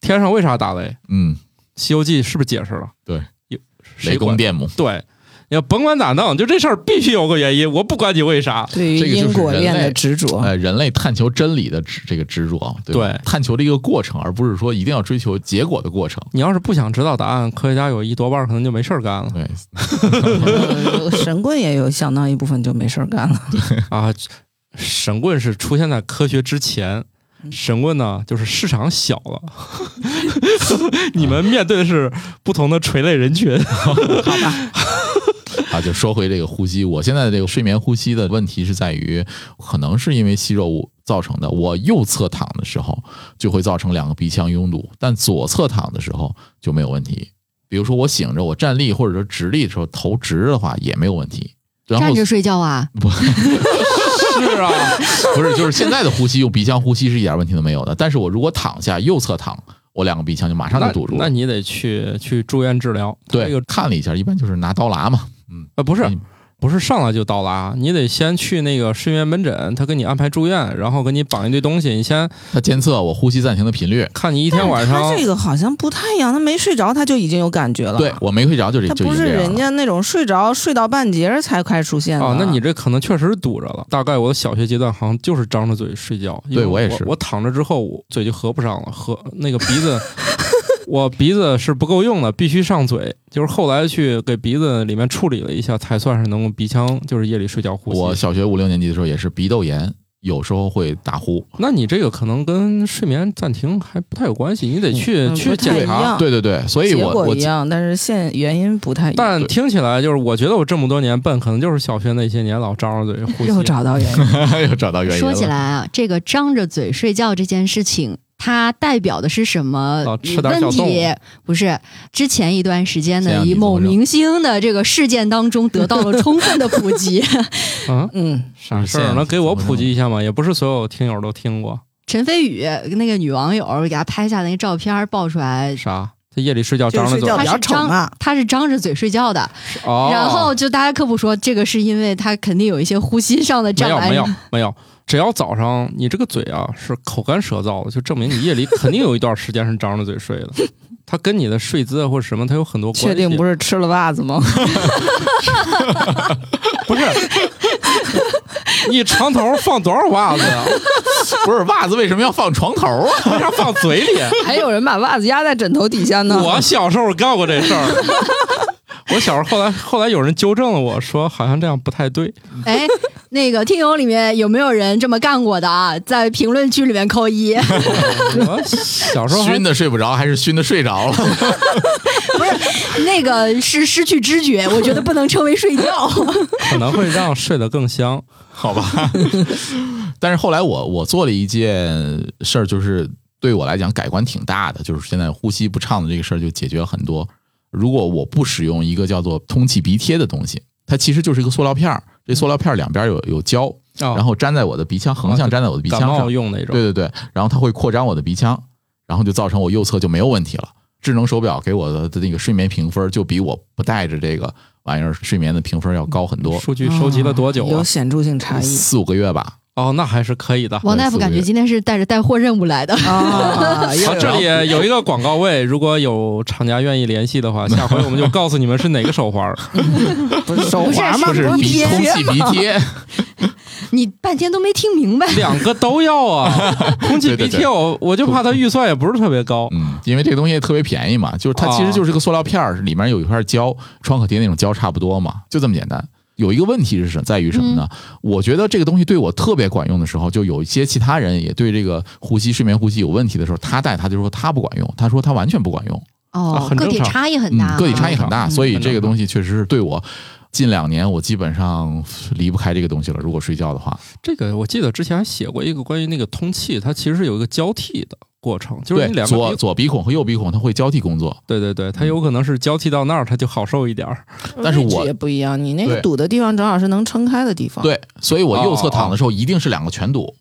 天上为啥打雷？《
嗯，
西游记》是不是解释了？
对
有，谁
雷公
管
电母。
对，你要甭管咋弄，就这事儿必须有个原因，我不管你为啥。
对于
这个就是
因果
人
链
类
的执着，
呃，人类探求真理的执这个执着，对吧
对
探求的一个过程，而不是说一定要追求结果的过程。
你要是不想知道答案，科学家有一多半儿可能就没事儿干了
对，
呃神棍也有相当一部分就没事儿干 了。
啊。神棍是出现在科学之前，神棍呢就是市场小了， 你们面对的是不同的垂类人群。
啊，就说回这个呼吸，我现在的这个睡眠呼吸的问题是在于，可能是因为息肉造成的。我右侧躺的时候就会造成两个鼻腔拥堵，但左侧躺的时候就没有问题。比如说我醒着，我站立或者说直立的时候，头直的话也没有问题。然后
站着睡觉啊，
不
是 啊，
不是，就是现在的呼吸用鼻腔呼吸是一点问题都没有的。但是我如果躺下右侧躺，我两个鼻腔就马上就
那
堵住
那
了。
你得去去住院治疗。这
对
个，
看了一下，一般就是拿刀剌嘛。嗯，
呃不是
嗯
不是上来就到拉，你得先去那个睡眠门诊，他给你安排住院，然后给你绑一堆东西，你先
它监测我呼吸暂停的频率。
看你一天晚上
他这个好像不太一样，他没睡着他就已经有感觉了。
对，我没睡着就这
他
就
不
已经
是
这样
人
了。
家那种睡着睡到半截儿才开始出现的。
哦，那你这可能确实是堵着了。大概我的小学阶段好像就是张着嘴睡觉，因为
对我也是
我躺着之后，我嘴就合不上了，合那个鼻子， 我鼻子是不够用的，必须上嘴。就是后来去给鼻子里面处理了一下，才算是能用鼻腔，就是夜里睡觉呼吸。
我小学五六年级的时候也是鼻窦炎，有时候会打呼。
那你这个可能跟睡眠暂停还不太有关系，你得去、
嗯
去
不太
检
一
查
样。
对对对，所以
结
我
果
我
一样，但是现原因不太一样。
但听起来就是，我觉得我这么多年笨，可能就是小学那些年老张着嘴呼吸。
又找到原因，
又找到原因了。
说起来啊，这个张着嘴睡觉这件事情，它代表的是什么
哦吃点小
问
动
题？不是之前一段时间
这
呢，
样
以
你怎么
某
整
明星的这个事件当中得到了充分的普 及。
啊，
嗯，
啥事儿？能给我普及一下吗？也不是所有听友都听过。
陈飞宇那个女网友给他拍下的那个照片儿爆出来，
啥？他夜里睡觉
就
张
是
着
睡
嘴
觉
他
比
是
较丑
张
嘛。
她是张着嘴睡觉的，
哦，
然后就大家科普说，这个是因为她肯定有一些呼吸上的
没
障
有
碍。
没有没有，只要早上你这个嘴啊是口干舌燥的，就证明你夜里肯定有一段时间是张着嘴睡的。它跟你的睡姿啊或者什么，它有很多关系。
确定不
是
是吃了袜子吗？
不是？ 你床头放多少袜子啊？
不是袜子为什么要放床头啊？
为啥放嘴里？
还有人把袜子压在枕头底下呢。
我小时候干过这事儿。我小时候后来后来有人纠正了我说，好像这样不太对。
哎，那个听友里面有没有人这么干过的啊？在评论区里面扣一。
我小时候还
熏的睡不着，还是熏的睡着了？
那个是失去知觉，我觉得不能称为睡觉。
可能会让睡得更香。
好吧。但是后来我我做了一件事儿，就是对我来讲改观挺大的，就是现在呼吸不畅的这个事儿就解决了很多。如果我不使用一个叫做通气鼻贴的东西，它其实就是一个塑料片儿，这塑料片儿两边有有胶，
然
然后粘在我的鼻腔，横向粘在我的鼻腔
哦感冒
上，
用那种。
对对对，然后它会扩张我的鼻腔，然后就造成我右侧就没有问题了。智能手表给我的的那个睡眠评分就比我不带着这个玩意儿睡眠的评分要高很多，
数据收集了多久
有
啊？
显著性差异
四五个月吧。
哦，那还是可以的。
王大夫感觉今天是带着带货任务来的，
啊！
好，
又
这里有一个广告位，如果有厂家愿意联系的 话，下回我们就告诉你们是哪个手环儿。
不是手环吗？
不是
不
鼻
贴
通气鼻贴，
你半天都没听明白。
两个都要啊，空气
对对
鼻
对
贴，我我就怕它预算也不是特别高。
嗯，因为这个东西特别便宜嘛，就是它其实就是个塑料片儿，里面有一块胶，创可贴那种胶差不多嘛，就这么简单。有一个问题是什在于什么呢？我觉得这个东西对我特别管用的时候，就有一些其他人也对这个呼吸、睡眠呼吸有问题的时候，他戴他就说他不管用，他说他完全不管用，
啊
哦
很，
个体
正常
差异很
嗯
大，，啊
个体差异很大，
嗯
所以这个东西确实是对我近两年我基本上离不开这个东西了。如果睡觉的话，
这个我记得之前还写过一个关于那个通气，它其实是有一个交替的过程，就是
对
你两个
左
鼻
左鼻孔和右鼻孔它会交替工作，
对对对，它有可能是交替到那儿，它就好受一点儿。
但是
位置
我
也不一样，你那个
对
堵的地方正好是能撑开的地方，，
对，所以我右侧躺的时候一定是两个全堵，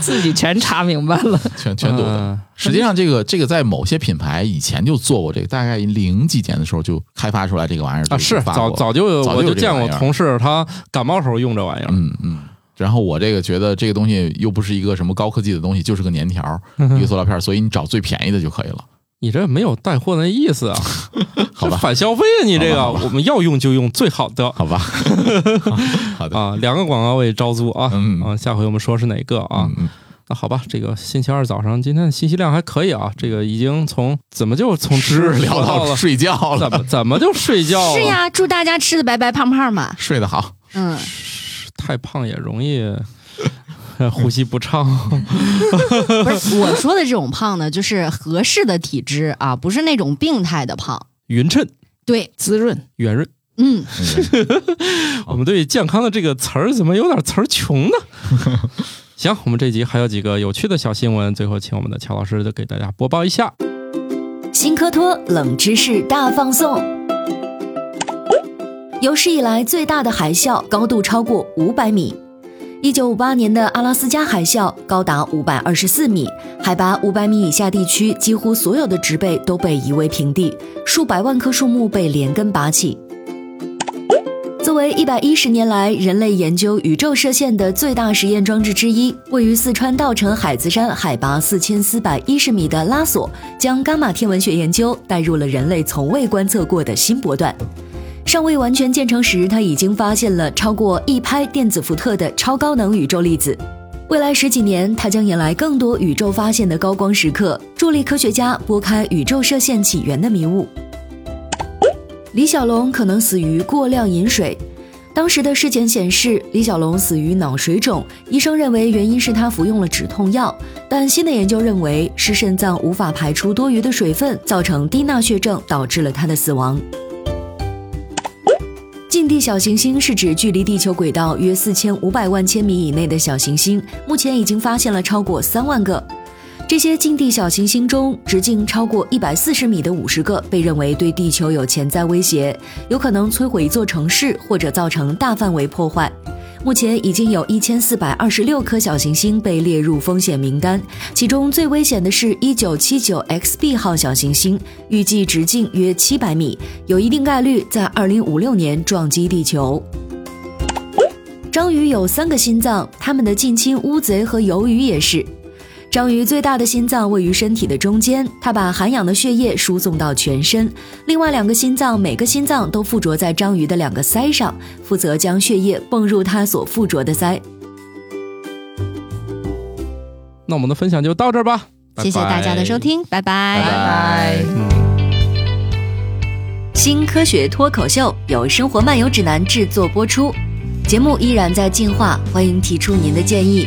自己全查明白了。
全全堵的。
嗯
实际上，这个这个在某些品牌以前就做过这个，大概零几年的时候就开发出来这个玩意儿
啊，是早
早
早就
早就
我
有
就
这
见
玩
我
意儿
同事他感冒时候用这玩意儿，
嗯嗯。然后我这个觉得这个东西又不是一个什么高科技的东西，就是个粘条儿，一个塑料片儿，所以你找最便宜的就可以 了。
你这没有带货那意思啊，
好吧
这反消费啊！你这个
好吧好吧
我们要用就用最好的
好吧，好的，
啊，两个广告位招租啊
嗯
啊，下回我们说是哪个啊
嗯？嗯
那好吧，这个星期二早上今天的信息量还可以啊，这个已经从怎么就从吃
吃聊
说到
到
了，
睡觉
怎
了，
么怎么就睡觉了？
是 呀，祝大家吃的白白胖胖嘛。
睡得好。
嗯，
太胖也容易 呃呼吸不畅。
不是我说的这种胖呢，就是合适的体质啊，不是那种病态的胖。
匀称、
对，
滋润，
圆润，
嗯，
那个
我们对健康的这个词儿怎么有点词儿穷 呢？行，我们这集还有几个有趣的小新闻，最后请我们的乔老师给大家播报一下。
新科托冷知识大放送。
有史以来最大的海啸高度超过五百米。一九五八年的阿拉斯加海啸高达五百二十四米，海拔五百米以下地区几乎所有的植被都被夷为平地，数百万棵树木被连根拔起。作为一百一十年来人类研究宇宙射线的最大实验装置之一，位于四川稻城海子山海拔四千四百一十米的拉索，将伽马天文学研究带入了人类从未观测过的新波段。尚未完全建成时，它已经发现了超过一拍电子伏特的超高能宇宙粒子。未来十几年，它将迎来更多宇宙发现的高光时刻，助力科学家拨开宇宙射线起源的迷雾。李小龙可能死于过量饮水。当时的尸检显示，李小龙死于脑水肿，医生认为原因是他服用了止痛药，但新的研究认为是肾脏无法排出多余的水分，造成低钠血症，导致了他的死亡。近地小行星是指距离地球轨道约四千五百万千米以内的小行星，目前已经发现了超过三万个。这些近地小行星中，直径超过一百四十米的五十个被认为对地球有潜在威胁，有可能摧毁一座城市或者造成大范围破坏。目前已经有一千四百二十六颗小行星被列入风险名单，其中最危险的是一九七九 XB 号小行星，预计直径约七百米，有一定概率在二零五六年撞击地球。章鱼有三个心脏，它们的近亲乌贼和鱿鱼也是。章鱼最大的心脏位于身体的中间，它把含氧的血液输送到全身。另外两个心脏，每个心脏都附着在章鱼的两个鳃上，负责将血液泵入它所附着的鳃。
那我们的分享就到这儿吧，拜拜
谢谢大家的收。听，拜拜。
拜。
嗯。
新科学脱口秀由《生活漫游指南》制作播出，节目依然在进化，欢迎提出您的建议，